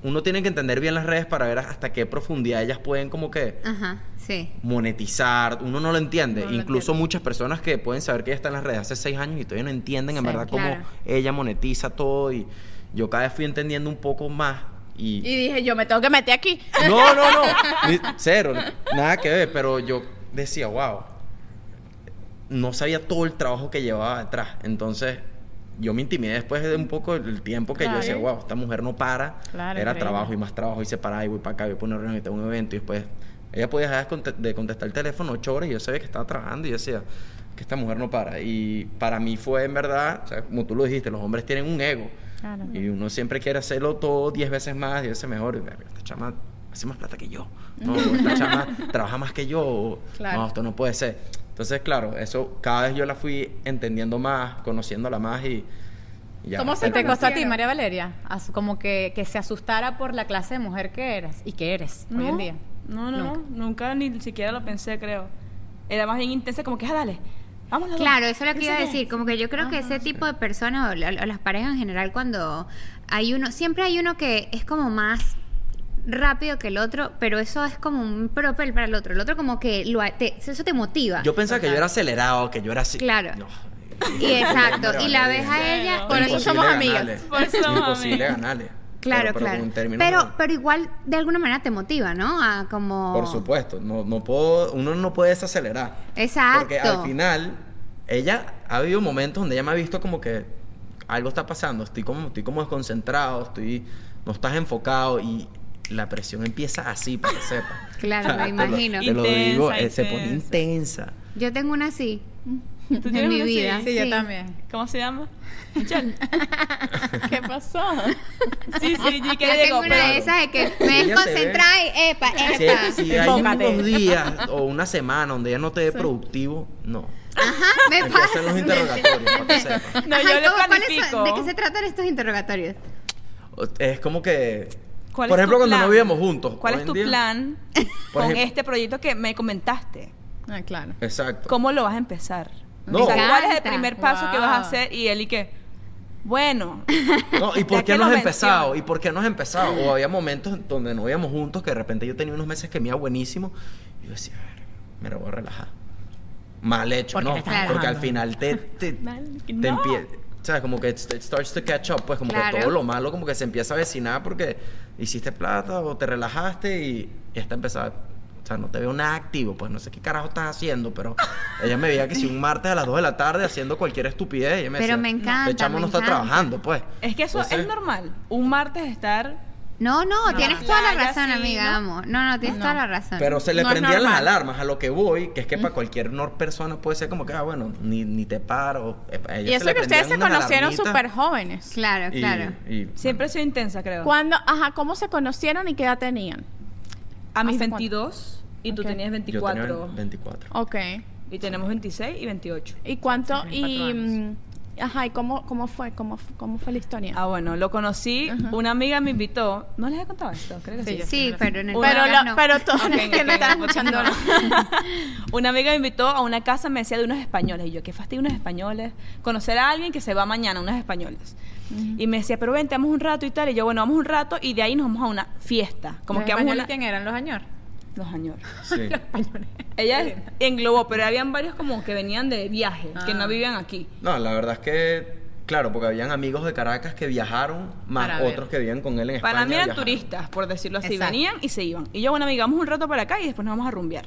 Speaker 7: Uno tiene que entender bien las redes para ver hasta qué profundidad ellas pueden como que
Speaker 4: Ajá, sí.
Speaker 7: monetizar, uno no lo entiende. Incluso muchas personas que pueden saber que ella está en las redes hace seis años y todavía no entienden en
Speaker 3: Sí,
Speaker 7: verdad
Speaker 4: claro.
Speaker 7: cómo ella monetiza todo y yo cada vez fui entendiendo un poco más y...
Speaker 5: Y dije, yo me tengo que meter aquí.
Speaker 7: No, no, no, ni- cero, nada que ver, pero yo decía, wow, no sabía todo el trabajo que llevaba detrás, entonces... Yo me intimidé después de un poco el tiempo que yo decía, wow, esta mujer no para.
Speaker 3: Claro,
Speaker 7: Era
Speaker 3: increíble.
Speaker 7: trabajo y más trabajo y se paraba y voy para acá, voy para una reunión y tengo un evento y después ella podía dejar de conte- de contestar el teléfono ocho horas y yo sabía que estaba trabajando y yo decía que esta mujer no para y para mí fue en verdad o sea, como tú lo dijiste los hombres tienen un ego y uno siempre quiere hacerlo todo diez veces más diez veces mejor y verga, esta chama hace más plata que yo. No, esta chama trabaja más que yo. o,
Speaker 3: Claro.
Speaker 7: No, esto no puede ser. Entonces, claro, eso cada vez yo la fui entendiendo más, conociéndola más y, y ya.
Speaker 5: ¿Cómo se
Speaker 3: ¿Qué te
Speaker 5: Pero-
Speaker 3: costó a ti,
Speaker 5: Conocieron.
Speaker 3: María Valeria? As- Como que, que se asustara por la clase de mujer que eras y que eres hoy en día.
Speaker 6: No, no,
Speaker 3: Nunca.
Speaker 6: no. Nunca ni siquiera lo pensé, creo. Era más bien intensa, como que, ah, dale, vamos las dos".
Speaker 4: Claro, eso es lo que iba a
Speaker 6: sé qué.
Speaker 4: decir. Como que yo creo que ese tipo de personas, o, la- o las parejas en general, cuando hay uno, siempre hay uno que es como más rápido que el otro, pero eso es como un propel para el otro. El otro como que lo, a- te- eso te motiva.
Speaker 7: Yo pensaba que yo era acelerado, que yo era así.
Speaker 4: Claro.
Speaker 7: No.
Speaker 4: y exacto. Y
Speaker 7: eh,
Speaker 4: la ves a
Speaker 6: Bueno,
Speaker 4: ella.
Speaker 6: por
Speaker 4: y-
Speaker 5: eso somos amigas.
Speaker 6: Por eso somos
Speaker 7: Imposible
Speaker 6: amigas.
Speaker 7: ganarle.
Speaker 4: Claro,
Speaker 7: Pero- pero
Speaker 4: claro.
Speaker 7: con términos
Speaker 4: pero,
Speaker 7: de-
Speaker 4: pero igual de alguna manera te motiva, ¿no? A como.
Speaker 7: Por supuesto, no, no puedo, uno no puede desacelerar.
Speaker 4: Exacto.
Speaker 7: Porque al final, ella ha habido momentos donde ella me ha visto como que algo está pasando, estoy como, estoy como desconcentrado, estoy, no estás enfocado y la presión empieza así para que sepa.
Speaker 4: Claro, me
Speaker 7: te lo-
Speaker 4: imagino.
Speaker 7: Te lo digo,
Speaker 6: Intensa,
Speaker 7: eh, se pone intensa.
Speaker 4: Yo tengo una así.
Speaker 6: ¿Tú
Speaker 4: en
Speaker 6: tienes
Speaker 4: mi
Speaker 6: una así?
Speaker 4: vida.
Speaker 3: Sí, yo
Speaker 4: Sí.
Speaker 3: también.
Speaker 6: ¿Cómo se llama? Michelle.
Speaker 5: ¿Qué pasó?
Speaker 6: Sí, sí, y que
Speaker 4: Yo tengo
Speaker 6: digo,
Speaker 4: una
Speaker 6: pero
Speaker 4: de esas de que
Speaker 7: Ella
Speaker 4: me
Speaker 7: te
Speaker 4: desconcentra y epa,
Speaker 7: Si,
Speaker 4: epa.
Speaker 7: si hay
Speaker 3: Enfócate.
Speaker 7: unos días o una semana donde ella no te ve productivo, no.
Speaker 4: Ajá, me pasa.
Speaker 7: Empiezan los interrogatorios para que sepa.
Speaker 6: No, yo le
Speaker 4: ¿cómo- cuáles son-
Speaker 6: planifico.
Speaker 4: ¿De qué se tratan estos interrogatorios?
Speaker 7: O- Es como que.
Speaker 6: ¿cuál
Speaker 7: por
Speaker 6: es
Speaker 7: ejemplo,
Speaker 6: tu
Speaker 7: cuando no
Speaker 6: plan?
Speaker 7: vivíamos juntos.
Speaker 6: ¿Cuál
Speaker 7: hoy
Speaker 6: es
Speaker 7: en
Speaker 6: tu
Speaker 7: día-
Speaker 6: plan
Speaker 7: Por
Speaker 6: con
Speaker 7: ejemplo-
Speaker 6: este proyecto que me comentaste?
Speaker 3: Ah, claro.
Speaker 7: Exacto.
Speaker 6: ¿Cómo lo vas a empezar?
Speaker 7: No.
Speaker 6: O sea, ¿Cuál es el
Speaker 4: Encanta.
Speaker 6: primer paso que
Speaker 3: Wow.
Speaker 6: vas a hacer? Y él y que, bueno,
Speaker 7: No, ¿y
Speaker 6: Ya
Speaker 7: por qué
Speaker 6: que
Speaker 7: no
Speaker 6: lo
Speaker 7: has
Speaker 6: menciona.
Speaker 7: empezado? ¿Y por qué no has empezado? O había momentos donde no íbamos juntos, que de repente yo tenía unos meses que me iba buenísimo. Y yo decía, a ver, me lo voy a relajar. Mal hecho,
Speaker 3: Porque
Speaker 7: ¿no?
Speaker 3: te estás
Speaker 7: Porque
Speaker 3: relajando.
Speaker 7: al final te, te,
Speaker 6: Mal-
Speaker 7: te
Speaker 6: no.
Speaker 7: empie- ¿Sabes? Como que it starts to catch up, pues como
Speaker 4: Claro.
Speaker 7: que todo lo malo como que se empieza a vecinar porque hiciste plata o te relajaste y, y hasta empezaba. O sea, no te veo nada activo, pues no sé qué carajo estás haciendo, pero ella me veía que si un martes a las 2 de la tarde haciendo cualquier estupidez, ella me
Speaker 4: Pero
Speaker 7: decía,
Speaker 4: me
Speaker 7: "No, este
Speaker 4: encanta,
Speaker 7: chamo
Speaker 4: me
Speaker 7: no está
Speaker 4: encanta".
Speaker 7: trabajando, pues.
Speaker 6: es que eso es
Speaker 7: Entonces-
Speaker 6: normal. Un martes estar
Speaker 4: No, no, tienes toda la
Speaker 6: playa,
Speaker 4: razón,
Speaker 6: sí,
Speaker 4: amiga,
Speaker 6: ¿no?
Speaker 4: amo. No, no, tienes toda la razón.
Speaker 7: Pero se le
Speaker 3: No es
Speaker 7: prendían las
Speaker 3: normal.
Speaker 7: alarmas a lo que voy, que es que para cualquier nor- persona puede ser como que, ah, bueno, ni, ni te paro. Eh, a ella
Speaker 5: Y
Speaker 7: le
Speaker 5: eso que ustedes
Speaker 7: prendían
Speaker 5: se
Speaker 7: unas
Speaker 5: conocieron
Speaker 7: alarmitas
Speaker 5: súper jóvenes.
Speaker 4: claro,
Speaker 7: y-
Speaker 4: claro.
Speaker 7: y-
Speaker 6: siempre ha sido intensa, creo.
Speaker 5: Cuando, ajá, ¿cómo se conocieron y qué edad tenían?
Speaker 6: A mis
Speaker 5: ¿Hace cuánto?
Speaker 6: 22 y tú
Speaker 5: Ok.
Speaker 6: tenías
Speaker 7: Yo
Speaker 6: 24.
Speaker 7: tenía 24.
Speaker 5: Ok.
Speaker 6: Y tenemos 26 y 28.
Speaker 5: ¿Y cuánto?
Speaker 3: Sí, cuatro
Speaker 5: y,
Speaker 3: años.
Speaker 5: mm, ajá, ¿y cómo, cómo fue? ¿Cómo, fu- cómo fue la historia?
Speaker 6: Ah, bueno, lo conocí. Una amiga me invitó. ¿No les he contado esto? Creo que
Speaker 3: Sí,
Speaker 6: sí.
Speaker 3: yo
Speaker 4: Sí, pero en el
Speaker 6: Una
Speaker 5: pero,
Speaker 4: podcast
Speaker 5: lo-
Speaker 4: no.
Speaker 5: pero todos los
Speaker 6: Ok,
Speaker 5: que
Speaker 6: ok,
Speaker 5: me están
Speaker 6: no,
Speaker 5: escuchando.
Speaker 6: no. una amiga me invitó a una casa, me decía de unos españoles. Y yo, qué fastidio unos españoles. Conocer a alguien que se va mañana, unos españoles. Y me decía, pero vente, vamos un rato y tal. Y yo, bueno, vamos un rato y de ahí nos vamos a una fiesta. Como
Speaker 3: ¿Los
Speaker 6: que vamos
Speaker 3: españoles
Speaker 6: a una...
Speaker 3: quién eran? ¿Los añor?
Speaker 6: Los añores.
Speaker 7: Sí.
Speaker 6: Ella englobó, pero habían varios como que venían de viaje, que
Speaker 5: Ah.
Speaker 6: no vivían aquí.
Speaker 7: No, la verdad es que, claro, porque habían amigos de Caracas que viajaron, más
Speaker 3: Para ver.
Speaker 7: otros que vivían con él en España.
Speaker 6: Para mí eran
Speaker 7: viajaron.
Speaker 6: turistas, por decirlo así.
Speaker 3: Exacto.
Speaker 6: Venían y se iban. Y yo, bueno, amiga, vamos un rato para acá y después nos vamos a rumbear.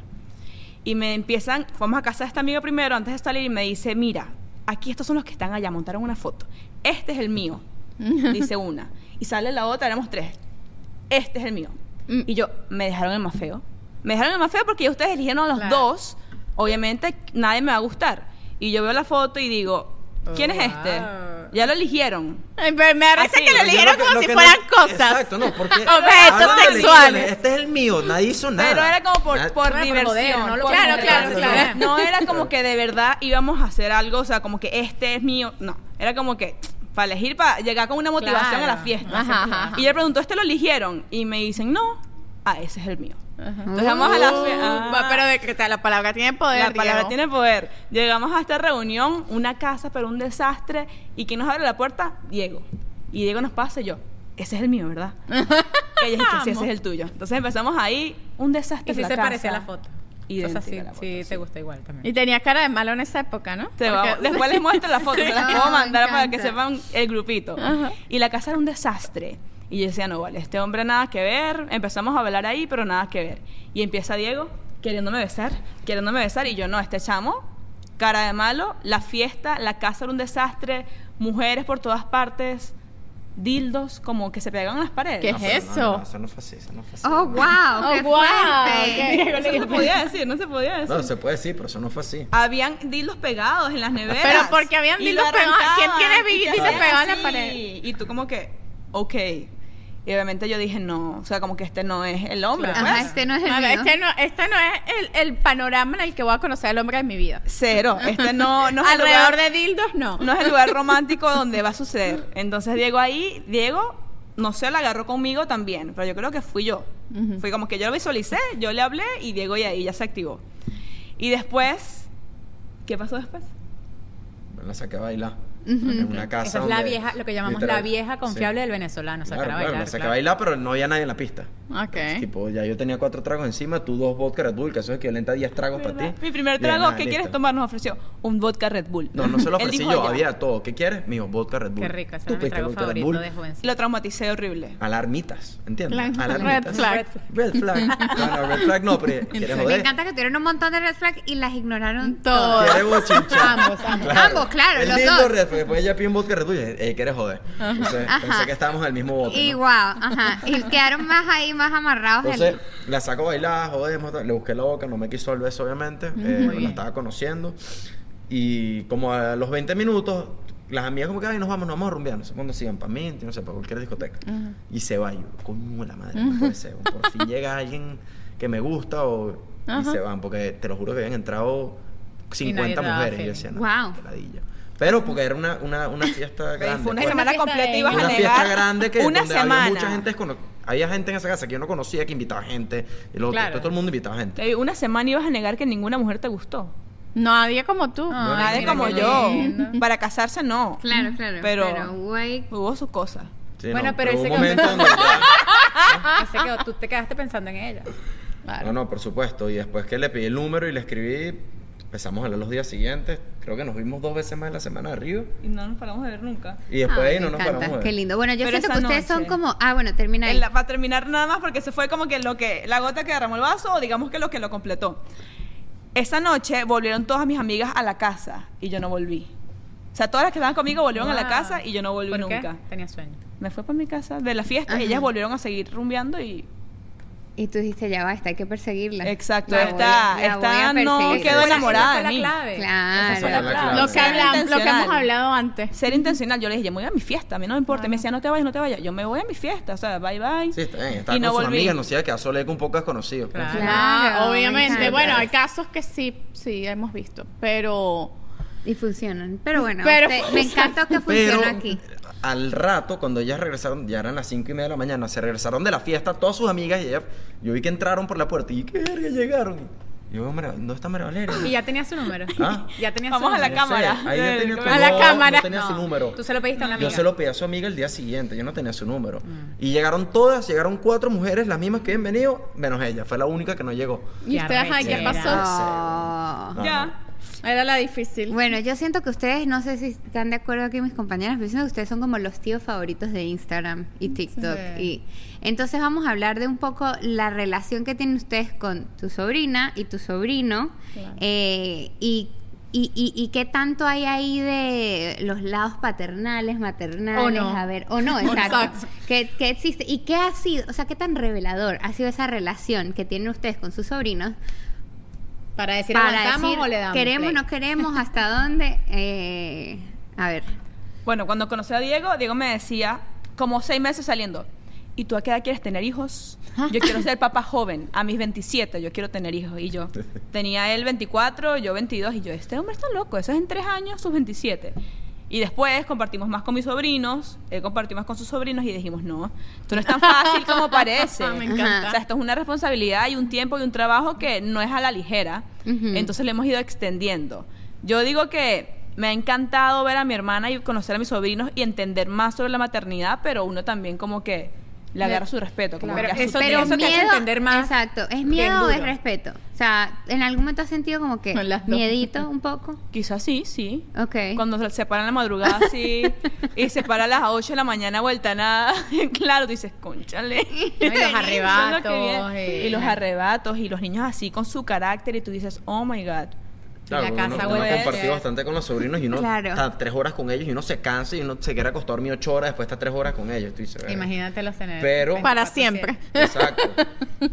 Speaker 6: Y me empiezan, vamos a casa de esta amiga primero antes de salir y me dice, mira, aquí estos son los que están allá, montaron una foto. Este es el mío, dice una. Y sale la otra, éramos tres. Este es el mío.
Speaker 3: Mm.
Speaker 6: Y yo, me dejaron el más feo. Me dejaron el más feo porque ya ustedes eligieron a los
Speaker 3: Claro.
Speaker 6: dos. Obviamente nadie me va a gustar. Y yo veo la foto y digo, ¿quién
Speaker 3: Oh,
Speaker 6: es este?
Speaker 3: wow.
Speaker 6: ya lo eligieron.
Speaker 5: Ay, pero me parece
Speaker 6: Así.
Speaker 5: que lo
Speaker 7: Pero yo
Speaker 5: eligieron
Speaker 7: lo que-
Speaker 5: como
Speaker 7: lo
Speaker 5: si
Speaker 7: que no-
Speaker 5: fueran cosas.
Speaker 7: Exacto, no, porque.
Speaker 5: Objetos
Speaker 7: Ah,
Speaker 5: sexuales.
Speaker 7: Este es el mío, nadie hizo nada.
Speaker 6: Pero era como por,
Speaker 7: Nad-
Speaker 6: por
Speaker 3: Claro, por
Speaker 6: diversión.
Speaker 3: joder, no lo
Speaker 6: por
Speaker 5: Claro,
Speaker 6: joder.
Speaker 5: claro, claro.
Speaker 6: No era como que de verdad íbamos a hacer algo, o sea, como que este es mío. No, era como que para elegir, para llegar con una motivación a la
Speaker 3: Claro.
Speaker 6: fiesta.
Speaker 5: Ajá, ajá, ajá.
Speaker 6: Y yo le pregunto, ¿este lo eligieron? Y me dicen, no, ah, ese es el mío. Entonces
Speaker 4: Uh,
Speaker 6: vamos a la
Speaker 5: Uh,
Speaker 6: fiesta.
Speaker 5: va, Pero de que tal, la palabra tiene poder.
Speaker 6: La palabra
Speaker 5: Diego.
Speaker 6: tiene poder. Llegamos a esta reunión, una casa, pero un desastre. ¿Y quién nos abre la puerta? Diego. Y Diego nos pasa y yo. Ese es el mío, ¿verdad? Ella dice que sí, ese es el tuyo. Entonces empezamos ahí, un desastre.
Speaker 3: Y si
Speaker 6: la
Speaker 3: se
Speaker 6: casa.
Speaker 3: parecía a la foto. o
Speaker 6: Idéntica
Speaker 3: sea, sí,
Speaker 6: a la foto,
Speaker 3: sí,
Speaker 6: sí.
Speaker 3: te gusta igual también.
Speaker 5: Y tenías cara de malo en esa época, ¿no?
Speaker 6: Te va-
Speaker 5: Porque-
Speaker 6: después les muestro las fotos, se las
Speaker 4: Ah,
Speaker 6: puedo
Speaker 4: me
Speaker 6: mandar para que
Speaker 4: encanta.
Speaker 6: sepan el grupito.
Speaker 5: Ajá.
Speaker 6: Y la casa era un desastre. Y yo decía, no, vale, este hombre nada que ver. Empezamos a hablar ahí, pero nada que ver. Y empieza Diego queriéndome besar, queriéndome besar. Y yo, no, este chamo, cara de malo, la fiesta, la casa era un desastre, mujeres por todas partes, dildos como que se pegaban a las paredes.
Speaker 5: ¿Qué
Speaker 7: No,
Speaker 5: es
Speaker 7: pero no,
Speaker 5: eso?
Speaker 7: no, eso no fue así, eso no fue así.
Speaker 4: Oh, wow,
Speaker 5: Oh,
Speaker 4: qué
Speaker 5: wow,
Speaker 4: fuerte.
Speaker 5: ok.
Speaker 6: Eso no se podía decir, no se podía decir.
Speaker 7: No, se puede decir, pero eso no fue así.
Speaker 3: Ah.
Speaker 6: Habían dildos pegados en las neveras.
Speaker 5: Pero porque habían
Speaker 6: Y
Speaker 5: dildos
Speaker 6: lo
Speaker 5: pegados. ¿Quién
Speaker 6: arrancaban,
Speaker 5: tiene
Speaker 6: y te
Speaker 5: dildos
Speaker 6: hacían
Speaker 5: pegados en la
Speaker 6: así.
Speaker 5: pared?
Speaker 6: Y tú como que, ok. Y obviamente yo dije, no, o sea, como que este no es el hombre.
Speaker 4: Ajá,
Speaker 6: pues.
Speaker 4: este no es el
Speaker 5: A
Speaker 4: mío.
Speaker 5: ver, este no, este no es el, el panorama en el que voy a conocer al hombre de mi vida.
Speaker 6: Cero. Este no, no es el
Speaker 5: Alrededor de
Speaker 6: lugar-
Speaker 5: dildos, no.
Speaker 6: no es el lugar romántico donde va a suceder. Entonces Diego ahí, Diego, no sé, la agarró conmigo también, pero yo creo que fui yo. Fue como que yo lo visualicé, yo le hablé y Diego y ahí ya se activó. Y después, ¿qué pasó después?
Speaker 7: La saqué a bailar. En una casa.
Speaker 3: Esa es la
Speaker 7: donde-
Speaker 3: vieja, lo que llamamos
Speaker 7: literal-
Speaker 3: la vieja confiable
Speaker 7: sí.
Speaker 3: del venezolano, sacar
Speaker 7: Claro,
Speaker 3: a
Speaker 7: claro,
Speaker 3: bailar.
Speaker 7: la saqué
Speaker 3: claro.
Speaker 7: a bailar, pero no había nadie en la pista. Entonces,
Speaker 3: Ok.
Speaker 7: tipo, ya yo tenía cuatro tragos encima, tú dos vodka Red Bull, que eso es equivalente a 10 tragos para ti.
Speaker 6: Mi primer
Speaker 7: Y de
Speaker 6: trago,
Speaker 7: nada,
Speaker 6: ¿qué
Speaker 7: listo.
Speaker 6: quieres tomar? Nos ofreció un vodka Red Bull.
Speaker 7: No, no se lo
Speaker 6: Él
Speaker 7: ofrecí
Speaker 6: dijo
Speaker 7: yo,
Speaker 6: ya.
Speaker 7: había todo. ¿Qué quieres? Mijo, vodka Red Bull.
Speaker 3: Qué rico, ese
Speaker 7: Tú
Speaker 3: era mi
Speaker 7: pediste
Speaker 3: trago
Speaker 7: vodka Red
Speaker 3: favorito
Speaker 7: Bull.
Speaker 3: de jovencita.
Speaker 6: Lo traumaticé horrible.
Speaker 7: Alarmitas, ¿entiendes?
Speaker 5: Claro,
Speaker 7: Alarmitas.
Speaker 5: red flag.
Speaker 7: Red flag. No, no, red flag no, pero quieres
Speaker 4: Me
Speaker 7: joder.
Speaker 4: encanta que tuvieron un montón de red flags y las ignoraron
Speaker 5: Todo.
Speaker 4: todas.
Speaker 7: Quieres bochinchar.
Speaker 3: Ambos, ambos.
Speaker 4: Ambos, claro,
Speaker 7: El
Speaker 4: los
Speaker 7: lindo
Speaker 4: dos.
Speaker 7: red flag. Después ella pide un vodka Red Bull y eh, quieres joder. Entonces,
Speaker 4: Ajá.
Speaker 7: pensé que estábamos en el mismo bote.
Speaker 4: Y
Speaker 7: ¿no?
Speaker 4: wow, ajá. Y quedaron más ahí, más amarrados. al-
Speaker 7: Entonces, la saco a bailar, jodemos, tal. le busqué la boca, no me quiso el beso, obviamente, eh, la estaba conociendo. Y como a los 20 minutos, las amigas como que, ay, nos vamos, nos vamos a rumbear, no sé cuándo sigan, para mí, no sé, para cualquier discoteca. Y se va, y yo, coño, la madre, no puede ser, por fin llega alguien que me gusta o... Y se van, porque te lo juro que habían entrado
Speaker 3: Y nadie
Speaker 7: 50
Speaker 3: te daba
Speaker 7: mujeres. Y yo
Speaker 3: feeling.
Speaker 7: decía, no,
Speaker 4: Wow.
Speaker 7: qué ladilla". Pero porque era una, una, una fiesta grande.
Speaker 6: Fue una
Speaker 7: pues.
Speaker 3: Una
Speaker 6: semana
Speaker 3: fiesta
Speaker 6: completa
Speaker 3: de-
Speaker 6: y ibas
Speaker 7: Una
Speaker 6: a
Speaker 7: fiesta
Speaker 6: negar
Speaker 7: grande que
Speaker 6: una
Speaker 7: donde
Speaker 6: semana.
Speaker 7: había mucha gente descono- había gente en esa casa que yo no conocía que invitaba gente y lo-
Speaker 3: Claro.
Speaker 7: todo, el mundo invitaba gente.
Speaker 6: Eh, Una semana ibas a negar que ninguna mujer te gustó.
Speaker 5: Nadie como tú.
Speaker 3: Ah. Ay,
Speaker 6: Nadie
Speaker 3: mira
Speaker 6: como
Speaker 3: qué
Speaker 6: yo.
Speaker 3: lindo.
Speaker 6: Para casarse no.
Speaker 4: Claro, claro. Pero,
Speaker 6: Pero-
Speaker 4: güey,
Speaker 6: Hubo sus cosas.
Speaker 7: Sí,
Speaker 3: Bueno, pero
Speaker 7: hubo
Speaker 3: ese
Speaker 7: un momento
Speaker 3: caso-
Speaker 7: donde ya-
Speaker 3: Ese quedó- tú te quedaste pensando en ella.
Speaker 7: no, no, por supuesto. Y después que le pedí el número y le escribí, empezamos a hablar los días siguientes. Creo que nos vimos dos veces más en la semana de arriba.
Speaker 6: Y no nos paramos de ver nunca.
Speaker 7: Y después
Speaker 4: Ay,
Speaker 7: de ahí no
Speaker 4: me
Speaker 7: nos
Speaker 4: encanta,
Speaker 7: paramos. de ver.
Speaker 4: Qué lindo. Bueno, yo
Speaker 6: Pero
Speaker 4: siento que
Speaker 6: esa
Speaker 4: ustedes son
Speaker 6: noche-
Speaker 4: como. Ah, bueno, termina ahí.
Speaker 6: En la- para terminar nada más, porque se fue como que lo que la gota que derramó el vaso, o digamos que lo que lo completó. Esa noche volvieron todas mis amigas a la casa y yo no volví. O sea, todas las que estaban conmigo volvieron a la
Speaker 3: Wow.
Speaker 6: casa y yo no volví
Speaker 3: ¿Por qué?
Speaker 6: nunca.
Speaker 3: Tenía sueño.
Speaker 6: Me fue para mi casa de la fiesta
Speaker 4: Ajá.
Speaker 6: y ellas volvieron a seguir rumbeando y
Speaker 4: Y tú dijiste, ya basta, hay que perseguirla.
Speaker 6: exacto,
Speaker 4: La
Speaker 6: esta,
Speaker 4: voy a- la
Speaker 6: esta
Speaker 4: voy a
Speaker 6: no
Speaker 4: perseguir.
Speaker 6: quedó
Speaker 3: Esa-
Speaker 6: enamorada
Speaker 3: esa
Speaker 6: de
Speaker 3: fue
Speaker 6: mí.
Speaker 3: la clave.
Speaker 4: Claro.
Speaker 3: Esa fue
Speaker 7: Esa
Speaker 3: la
Speaker 7: fue la
Speaker 3: clave.
Speaker 7: clave.
Speaker 5: Lo que, hablan- lo que hemos
Speaker 6: Ah, Intencional.
Speaker 5: hablado antes.
Speaker 6: Ser intencional, yo le dije, yo me voy a mi fiesta, a mí no me importa. Y Me decía, no te vayas, no te vayas. Yo me voy a mi fiesta, o sea, bye bye.
Speaker 7: Sí, está bien. Estaba
Speaker 6: y no
Speaker 7: con sus
Speaker 6: volví.
Speaker 7: amigas, no se iba a quedar sola ahí con un poco desconocido. pues.
Speaker 3: Claro.
Speaker 5: Ah,
Speaker 4: Claro,
Speaker 5: obviamente.
Speaker 4: exacto.
Speaker 5: Bueno, hay casos que sí, sí hemos visto, pero
Speaker 4: Y funcionan. Pero bueno,
Speaker 5: Pero
Speaker 4: usted- me
Speaker 5: funcionan.
Speaker 4: encanta que
Speaker 7: Pero
Speaker 4: funciona aquí.
Speaker 7: al rato, cuando ellas regresaron, ya eran las 5 y media de la mañana, se regresaron de la fiesta, todas sus amigas y ellas, yo vi que entraron por la puerta y qué verga llegaron. Y yo, "Mara- ¿dónde está María Valeria?
Speaker 3: Y ya tenía su número.
Speaker 7: ¿Ah?
Speaker 3: Ya tenía
Speaker 6: Vamos
Speaker 3: su
Speaker 6: a la
Speaker 3: número.
Speaker 6: cama. cámara.
Speaker 7: ahí ya
Speaker 6: Del-
Speaker 7: tenía tu-
Speaker 6: a
Speaker 5: la
Speaker 7: no,
Speaker 5: cámara.
Speaker 7: No tenía su número.
Speaker 3: Tú se lo pediste a una amiga.
Speaker 7: Yo se lo pedí a su amiga el día siguiente, yo no tenía su número. Y llegaron todas, llegaron cuatro mujeres, las mismas que habían venido, menos ella, fue la única que no llegó.
Speaker 5: y
Speaker 3: Qué
Speaker 5: ustedes, ay, ¿qué
Speaker 3: arrechera.
Speaker 5: pasó?
Speaker 4: Oh.
Speaker 7: No,
Speaker 6: Ya.
Speaker 7: no.
Speaker 5: Era la difícil.
Speaker 4: Bueno, yo siento que ustedes, no sé si están de acuerdo aquí mis compañeras, pero siento que ustedes son como los tíos favoritos de Instagram y TikTok. Y entonces vamos a hablar de un poco la relación que tienen ustedes con tu sobrina y tu sobrino eh, y, y, y- y qué tanto hay ahí de los lados paternales, maternales,
Speaker 5: O no.
Speaker 4: a ver, o no, exacto. ¿Qué, qué existe? ¿Y qué ha sido, o sea, qué tan revelador ha sido esa relación que tienen ustedes con sus sobrinos
Speaker 3: Para decir,
Speaker 4: para
Speaker 3: ¿aguantamos
Speaker 4: decir,
Speaker 3: o le damos?
Speaker 4: queremos,
Speaker 3: play?
Speaker 4: no queremos, hasta dónde. Eh, a ver,
Speaker 6: Bueno, cuando conocí a Diego, Diego me decía, como seis meses saliendo, ¿y tú a qué edad quieres tener hijos?
Speaker 5: Ah.
Speaker 6: Yo quiero ser papá joven, a mis 27 yo quiero tener hijos. Y yo tenía él 24, yo 22, y yo, este hombre está loco, eso es en tres años, sus 27. Y después compartimos más con mis sobrinos, él compartió más con sus sobrinos y dijimos, no, esto no es tan fácil como parece.
Speaker 5: Ah, Me encanta.
Speaker 6: O sea, esto es una responsabilidad y un tiempo y un trabajo que no es a la ligera.
Speaker 4: Ujú.
Speaker 6: Entonces le hemos ido extendiendo. Yo digo que me ha encantado ver a mi hermana y conocer a mis sobrinos y entender más sobre la maternidad, pero uno también como que le agarra su respeto. Como
Speaker 3: Claro.
Speaker 6: que a
Speaker 3: Eso-
Speaker 6: su tiempo.
Speaker 3: eso te hace entender más
Speaker 4: Exacto, es
Speaker 3: bien
Speaker 4: miedo o es
Speaker 3: duro.
Speaker 4: respeto. O sea, en algún momento has sentido como que
Speaker 5: Con las dos.
Speaker 4: miedito un poco.
Speaker 6: Quizás sí, sí.
Speaker 4: Ok.
Speaker 6: Cuando se separan en la madrugada, sí. y se para a las 8 de la mañana, vuelta a nada. claro, tú dices, conchale.
Speaker 3: No, y los
Speaker 6: Eso es lo que viene.
Speaker 3: arrebatos. eh.
Speaker 6: Y los arrebatos y los niños así con su carácter y tú dices, oh my God.
Speaker 7: Claro,
Speaker 3: la
Speaker 7: porque
Speaker 3: casa
Speaker 7: uno, uno
Speaker 3: huele
Speaker 7: ha
Speaker 3: a
Speaker 7: compartido
Speaker 3: ser.
Speaker 7: bastante con los sobrinos y uno
Speaker 4: Claro.
Speaker 7: está tres horas con ellos y uno se cansa y uno se quiere acostar a dormir ocho horas, después está tres horas con ellos. Tú dices, "Verga".
Speaker 3: Imagínate los tener.
Speaker 7: Pero-
Speaker 3: 24/7.
Speaker 2: Para siempre.
Speaker 7: Exacto.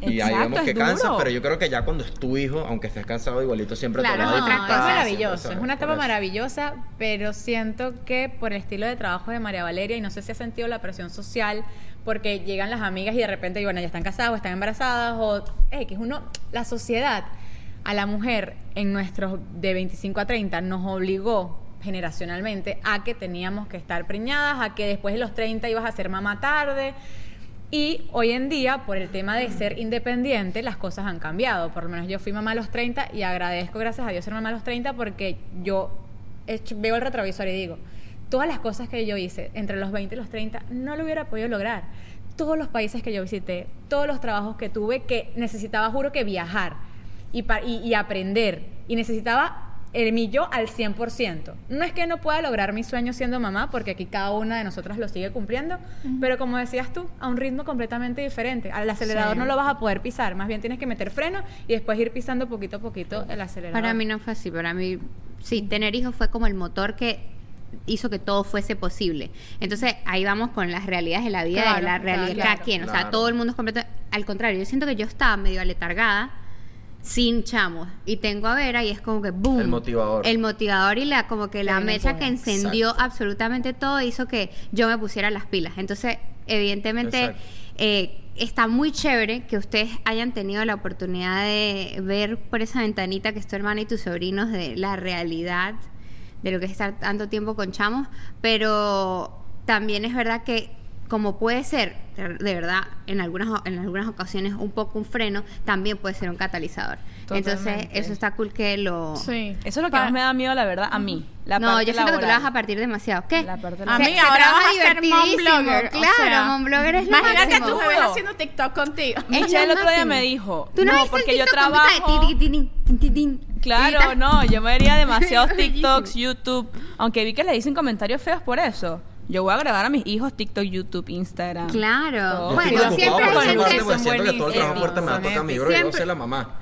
Speaker 7: y ahí
Speaker 6: Exacto,
Speaker 7: vemos que
Speaker 6: es
Speaker 7: cansa,
Speaker 6: duro.
Speaker 7: pero yo creo que ya cuando es tu hijo, aunque estés cansado, igualito siempre
Speaker 4: Claro,
Speaker 7: te
Speaker 3: No,
Speaker 7: vas a
Speaker 3: Ah, es
Speaker 4: otra
Speaker 7: disfrutar,
Speaker 4: cosa.
Speaker 3: maravilloso,
Speaker 7: siempre,
Speaker 3: es una
Speaker 7: ¿sabes?
Speaker 3: etapa
Speaker 7: Por eso.
Speaker 3: maravillosa, pero siento que por el estilo de trabajo de María Valeria, y no sé si ha sentido la presión social, porque llegan las amigas y de repente, y bueno, ya están casadas o están embarazadas, o X, uno, la sociedad a la mujer en nuestros de 25 a 30 nos obligó generacionalmente a que teníamos que estar preñadas, a que después de los 30 ibas a ser mamá tarde. Y hoy en día, por el tema de ser independiente, las cosas han cambiado. Por lo menos yo fui mamá a los 30 y agradezco, gracias a Dios, ser mamá a los 30 porque yo echo- veo el retrovisor y digo, todas las cosas que yo hice entre los 20 y los 30 no lo hubiera podido lograr. Todos los países que yo visité, todos los trabajos que tuve, que necesitaba, juro que viajar y, pa- y- y aprender. Y necesitaba el mi yo al 100%. No es que no pueda lograr mi sueño siendo mamá, porque aquí cada una de nosotras lo sigue cumpliendo, pero como decías tú, a un ritmo completamente diferente. Al acelerador
Speaker 4: Sí.
Speaker 3: no lo vas a poder pisar, más bien tienes que meter freno y después ir pisando poquito a poquito el acelerador.
Speaker 4: Para mí no fue así, para mí sí, tener hijos fue como el motor que hizo que todo fuese posible. Entonces ahí vamos con las realidades de la vida, de
Speaker 3: Claro,
Speaker 4: la realidad de cada
Speaker 3: claro.
Speaker 4: quien. O sea,
Speaker 7: Claro.
Speaker 4: todo el mundo es completo. Al contrario, yo siento que yo estaba medio aletargada, sin chamos, y tengo a Vera y es como que boom.
Speaker 7: El motivador.
Speaker 4: El motivador y la como que la
Speaker 3: no
Speaker 4: mecha
Speaker 3: puedo.
Speaker 4: que encendió absolutamente todo hizo que yo me pusiera las pilas. Entonces, evidentemente...
Speaker 7: Exacto.
Speaker 4: Eh, está muy chévere que ustedes hayan tenido la oportunidad de ver por esa ventanita que es tu hermana y tus sobrinos de la realidad de lo que es estar tanto tiempo con chamos, pero también es verdad que como puede ser de de verdad en algunas o- en algunas ocasiones un poco un freno, también puede ser un catalizador. Entonces,
Speaker 6: Totalmente.
Speaker 4: eso está cool que lo
Speaker 2: Sí.
Speaker 6: Eso es lo que
Speaker 2: Pa-
Speaker 6: más me da miedo, la verdad, a mí. La
Speaker 4: No,
Speaker 6: parte
Speaker 4: yo siento que tú
Speaker 6: laboral.
Speaker 4: la vas a partir demasiado. ¿Qué?
Speaker 6: La parte
Speaker 2: A
Speaker 6: laboral.
Speaker 2: mí
Speaker 4: Se- se
Speaker 2: ahora
Speaker 4: trabaja
Speaker 2: vas a ser mom
Speaker 4: divertidísimo,
Speaker 2: blogger. o
Speaker 4: Claro,
Speaker 2: sea,
Speaker 4: mom blogger es lo
Speaker 5: Imagínate
Speaker 4: máximo.
Speaker 5: a tu bebé haciendo TikTok contigo.
Speaker 4: Es
Speaker 6: Michelle el
Speaker 4: lo
Speaker 6: otro día
Speaker 4: máximo.
Speaker 6: me dijo,
Speaker 4: ¿Tú no,
Speaker 6: no,
Speaker 4: viste
Speaker 6: porque
Speaker 4: el
Speaker 6: yo
Speaker 4: TikTok con pita de
Speaker 6: trabajo...
Speaker 4: tin, tin, tin, tin, tin, tin?
Speaker 6: Claro,
Speaker 4: Tiritas.
Speaker 6: no, yo me vería demasiados TikToks,
Speaker 4: Bellísimo.
Speaker 6: YouTube. Aunque vi que le dicen comentarios feos por eso. Yo voy a grabar a mis hijos TikTok, YouTube, Instagram.
Speaker 4: Claro.
Speaker 6: Yo
Speaker 7: Yo estoy
Speaker 4: Bueno,
Speaker 7: preocupado
Speaker 4: siempre
Speaker 7: por
Speaker 4: hay
Speaker 7: esa
Speaker 4: gente
Speaker 7: parte,
Speaker 4: que
Speaker 7: porque
Speaker 4: son
Speaker 7: siento que todo el trabajo
Speaker 4: buenísimos.
Speaker 7: fuerte me va a tocar a mí, bro, y yo
Speaker 4: Siempre-
Speaker 7: soy la mamá.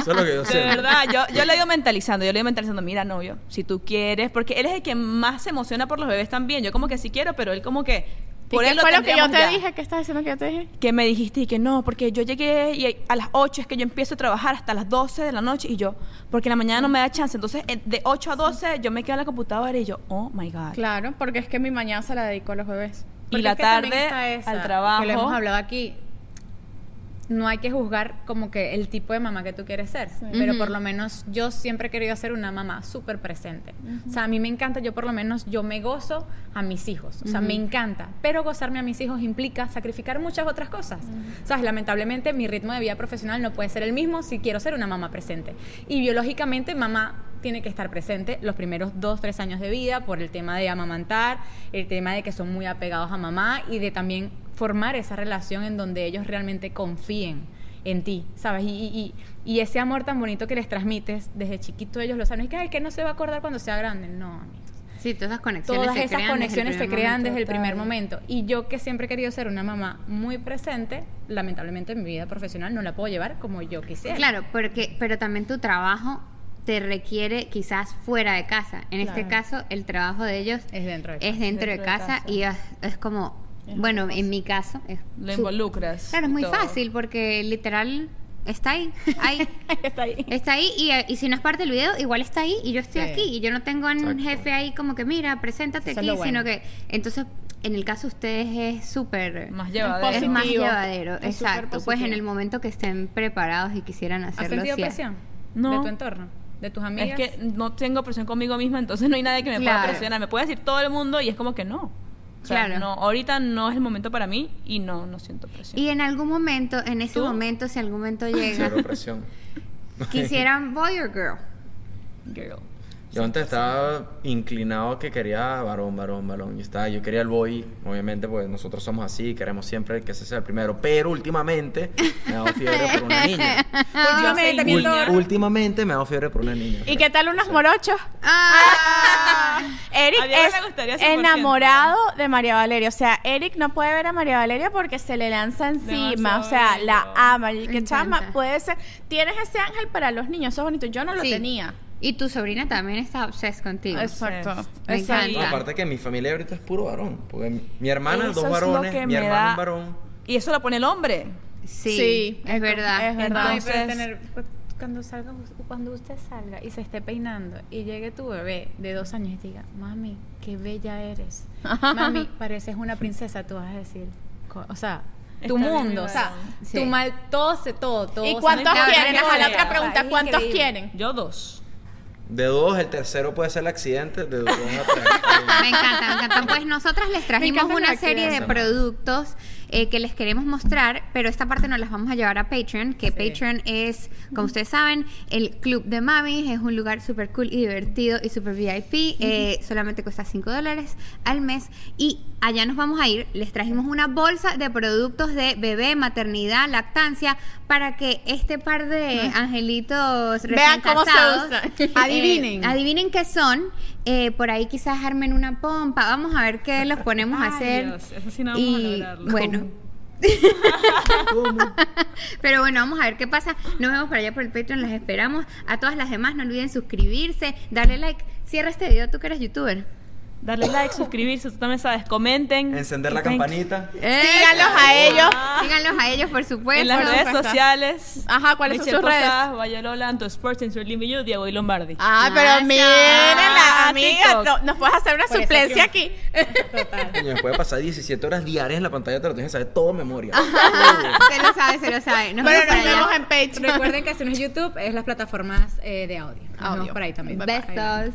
Speaker 7: Eso es lo que yo
Speaker 6: De
Speaker 7: siento.
Speaker 6: verdad, yo, yo lo he ido mentalizando, yo lo he ido mentalizando, mira novio, si tú quieres, porque él es el que más se emociona por los bebés también, yo como que sí quiero, pero él como que...
Speaker 2: ¿Y
Speaker 6: Por
Speaker 2: qué
Speaker 6: él lo
Speaker 2: fue lo que yo
Speaker 6: tendríamos
Speaker 2: te
Speaker 6: ya.
Speaker 2: dije? ¿Qué estás diciendo que yo te dije?
Speaker 6: que me dijiste y que no, porque yo llegué y a las 8 es que yo empiezo a trabajar hasta las 12 de la noche y yo, porque en la mañana no me da chance, entonces eh, de 8 a 12 yo me quedo en la computadora y yo, oh my god.
Speaker 2: Claro, porque es que mi mañana se la dedico a los bebés.
Speaker 6: Y
Speaker 3: Porque
Speaker 6: la
Speaker 3: es que también
Speaker 6: tarde
Speaker 3: está esa,
Speaker 6: al trabajo.
Speaker 3: Que lo hemos hablado aquí. No hay que juzgar como que el tipo de mamá que tú quieres ser, pero
Speaker 4: Ujú.
Speaker 3: por lo menos yo siempre he querido ser una mamá súper presente. O sea, a mí me encanta, yo por lo menos yo me gozo a mis hijos, o sea, me encanta, pero gozarme a mis hijos implica sacrificar muchas otras cosas. ¿Sabes? Lamentablemente mi ritmo de vida profesional no puede ser el mismo si quiero ser una mamá presente. Y biológicamente mamá tiene que estar presente los primeros dos, tres años de vida por el tema de amamantar, el tema de que son muy apegados a mamá y de también formar esa relación en donde ellos realmente confíen en ti, ¿sabes? Y, y- y- y ese amor tan bonito que les transmites desde chiquito ellos lo saben. Es que, ay, que no se va a acordar cuando sea grande. No, amigos.
Speaker 4: Sí, todas esas conexiones
Speaker 3: Todas
Speaker 4: se
Speaker 3: esas
Speaker 4: crean desde el
Speaker 3: conexiones se
Speaker 4: primer
Speaker 3: crean
Speaker 4: momento.
Speaker 3: desde el primer momento. Y yo que siempre he querido ser una mamá muy presente, lamentablemente en mi vida profesional no la puedo llevar como yo quisiera.
Speaker 4: Claro, porque, pero también tu trabajo te requiere quizás fuera de casa. En este caso, el trabajo de ellos
Speaker 3: Es dentro de
Speaker 4: es dentro de casa y es, es como, bueno, en mi caso, es
Speaker 6: Lo
Speaker 4: su-
Speaker 6: involucras.
Speaker 4: Claro, es
Speaker 6: y
Speaker 4: muy
Speaker 6: todo.
Speaker 4: fácil porque literal está ahí. ahí.
Speaker 2: Está ahí.
Speaker 4: Está ahí y, eh, y si no es parte del video, igual está ahí y yo estoy
Speaker 3: Sí.
Speaker 4: aquí y yo no tengo a un
Speaker 7: Exacto.
Speaker 4: jefe ahí como que mira, preséntate
Speaker 3: Eso es
Speaker 4: aquí,
Speaker 3: lo bueno.
Speaker 4: sino que entonces en el caso de ustedes es súper...
Speaker 6: Más
Speaker 4: Es
Speaker 6: llevadero.
Speaker 4: más
Speaker 5: positivo.
Speaker 4: llevadero,
Speaker 5: Es súper
Speaker 4: exacto. Pues en
Speaker 5: positivo.
Speaker 4: el momento que estén preparados y quisieran
Speaker 3: ¿Has
Speaker 4: hacerlo.
Speaker 3: sentido
Speaker 4: sí.
Speaker 3: presión?
Speaker 6: No.
Speaker 3: ¿De tu entorno? ¿De tus
Speaker 6: Es
Speaker 3: amigas?
Speaker 6: que no tengo presión conmigo misma, entonces no hay nadie que me
Speaker 4: Claro.
Speaker 6: pueda presionar. Me puede decir todo el mundo y es como que no. O sea,
Speaker 4: Claro.
Speaker 6: no, ahorita no es el momento para mí y no, no siento presión.
Speaker 4: Y en algún momento, en ese
Speaker 6: ¿Tú?
Speaker 4: momento, si algún momento llega,
Speaker 7: Cero presión.
Speaker 4: quisieran boy or girl.
Speaker 6: Girl.
Speaker 7: Yo antes estaba inclinado a que quería varón, varón, varón. Yo, estaba, yo quería el boy, obviamente, porque nosotros somos así, queremos siempre que ese sea el primero. Pero últimamente me ha dado fiebre por una niña.
Speaker 4: Ah,
Speaker 6: Últimamente,
Speaker 7: Ul-
Speaker 6: viendo-
Speaker 7: últimamente me ha dado fiebre por una niña.
Speaker 2: ¿Y qué tal unos morochos? Eric
Speaker 6: A Diego le gustaría
Speaker 2: es
Speaker 6: 100%.
Speaker 2: enamorado de María Valeria. O sea, Eric no puede ver a María Valeria porque se le lanza encima.
Speaker 6: Demasiado
Speaker 2: o sea, la
Speaker 6: bonito.
Speaker 2: ama. Y
Speaker 4: Me
Speaker 2: que
Speaker 4: encanta.
Speaker 2: chama, puede ser. Tienes ese ángel para los niños, eso es bonito. Yo no lo
Speaker 4: Ah, Sí.
Speaker 2: tenía.
Speaker 4: Y tu sobrina también está obses contigo.
Speaker 5: Exacto.
Speaker 4: Me
Speaker 5: exacto.
Speaker 4: encanta.
Speaker 7: No, aparte que mi familia ahorita es puro varón. Porque mi- mi hermana,
Speaker 6: Eso
Speaker 7: dos
Speaker 6: es lo
Speaker 7: varones,
Speaker 6: que
Speaker 7: mi
Speaker 6: me
Speaker 7: hermano,
Speaker 6: da-
Speaker 7: un varón.
Speaker 6: Y eso lo pone el hombre.
Speaker 4: Sí,
Speaker 5: Sí,
Speaker 4: es verdad.
Speaker 5: es verdad.
Speaker 3: Ay, pero
Speaker 6: Entonces-
Speaker 3: tener- pues, cuando, salga, cuando usted salga y se esté peinando y llegue tu bebé de dos años y te diga, mami, qué bella eres. Mami, pareces una princesa, tú vas a decir, co- o sea, tu
Speaker 6: Está
Speaker 3: mundo,
Speaker 6: bien,
Speaker 3: o sea,
Speaker 4: sí.
Speaker 3: tu mal, todo, se- todo, todo.
Speaker 5: ¿Y
Speaker 3: se-
Speaker 5: cuántos
Speaker 4: no,
Speaker 5: quieren?
Speaker 4: no,
Speaker 5: Ojalá
Speaker 4: no,
Speaker 5: otra
Speaker 4: no,
Speaker 5: pregunta,
Speaker 3: es
Speaker 5: ¿cuántos
Speaker 3: increíble.
Speaker 5: quieren?
Speaker 6: Yo dos.
Speaker 7: De dos, el tercero puede ser el accidente. De dos a tres.
Speaker 4: Me encanta, me encanta. Pues nosotras les trajimos
Speaker 5: encantan
Speaker 4: una
Speaker 5: las
Speaker 4: serie de
Speaker 7: actividades.
Speaker 4: productos eh, que les queremos mostrar, pero esta parte nos las vamos a llevar a Patreon, que Patreon es, como ustedes saben, el Club de Mamis, es un lugar súper cool y divertido y súper VIP, eh, solamente cuesta 5 dólares al mes y allá nos vamos a ir, les trajimos una bolsa de productos de bebé, maternidad, lactancia, para que este par de angelitos recién
Speaker 5: Vean Ah. cómo se
Speaker 4: casados,
Speaker 5: usa.
Speaker 4: eh,
Speaker 5: Adivinen.
Speaker 4: Adivinen qué son. eh, por ahí quizás armen una pompa. Vamos a ver qué los ponemos a hacer.
Speaker 6: Dios, eso sí no vamos a
Speaker 4: y
Speaker 6: lograrlo.
Speaker 4: bueno. Pero bueno, vamos a ver qué pasa. Nos vemos por allá por el Patreon. Las esperamos. A todas las demás, no olviden suscribirse, darle like. Cierra este video, tú que eres youtuber.
Speaker 6: Darle like, suscribirse, tú también sabes, comenten.
Speaker 7: Encender la
Speaker 6: Thank-
Speaker 7: campanita.
Speaker 5: Síganlos a ellos.
Speaker 4: Síganlos a ellos, por supuesto.
Speaker 6: En las redes
Speaker 5: supuesto.
Speaker 6: sociales.
Speaker 5: Ajá, ¿cuáles son
Speaker 6: Michelle
Speaker 5: sus redes?
Speaker 6: Posadas, Vayalola, Anto Sports, Sensor Video, Diego y Lombardi.
Speaker 5: Ah, pero
Speaker 4: Gracias.
Speaker 5: miren, la amiga,
Speaker 6: TikTok.
Speaker 5: no- nos puedes hacer una
Speaker 3: Por eso
Speaker 5: suplencia aquí.
Speaker 3: triunfa. Total.
Speaker 7: Coño, después de pasar 17 horas diarias en la pantalla, te lo tienes que saber todo de memoria.
Speaker 4: Se lo sabe, se lo sabe. Nos
Speaker 5: Pero
Speaker 4: vemos
Speaker 5: nos
Speaker 4: por allá.
Speaker 5: vemos en Patreon.
Speaker 3: Recuerden que si no es YouTube, es las plataformas eh, de audio. Nos vemos
Speaker 5: Audio.
Speaker 3: por ahí también.
Speaker 4: Besos.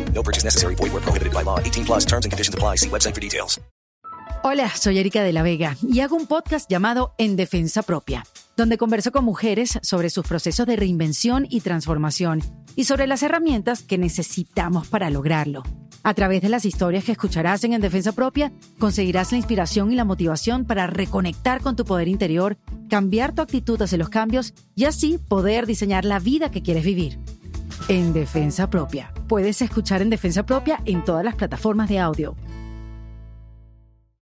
Speaker 8: No purchase necessary. Void where prohibited by law. 18 plus terms and conditions apply. See website for details.
Speaker 9: Hola, soy Erika de la Vega y hago un podcast llamado En Defensa Propia, donde converso con mujeres sobre sus procesos de reinvención y transformación y sobre las herramientas que necesitamos para lograrlo. A través de las historias que escucharás en En Defensa Propia, conseguirás la inspiración y la motivación para reconectar con tu poder interior, cambiar tu actitud hacia los cambios y así poder diseñar la vida que quieres vivir. En Defensa Propia. Puedes escuchar En Defensa Propia en todas las plataformas de audio.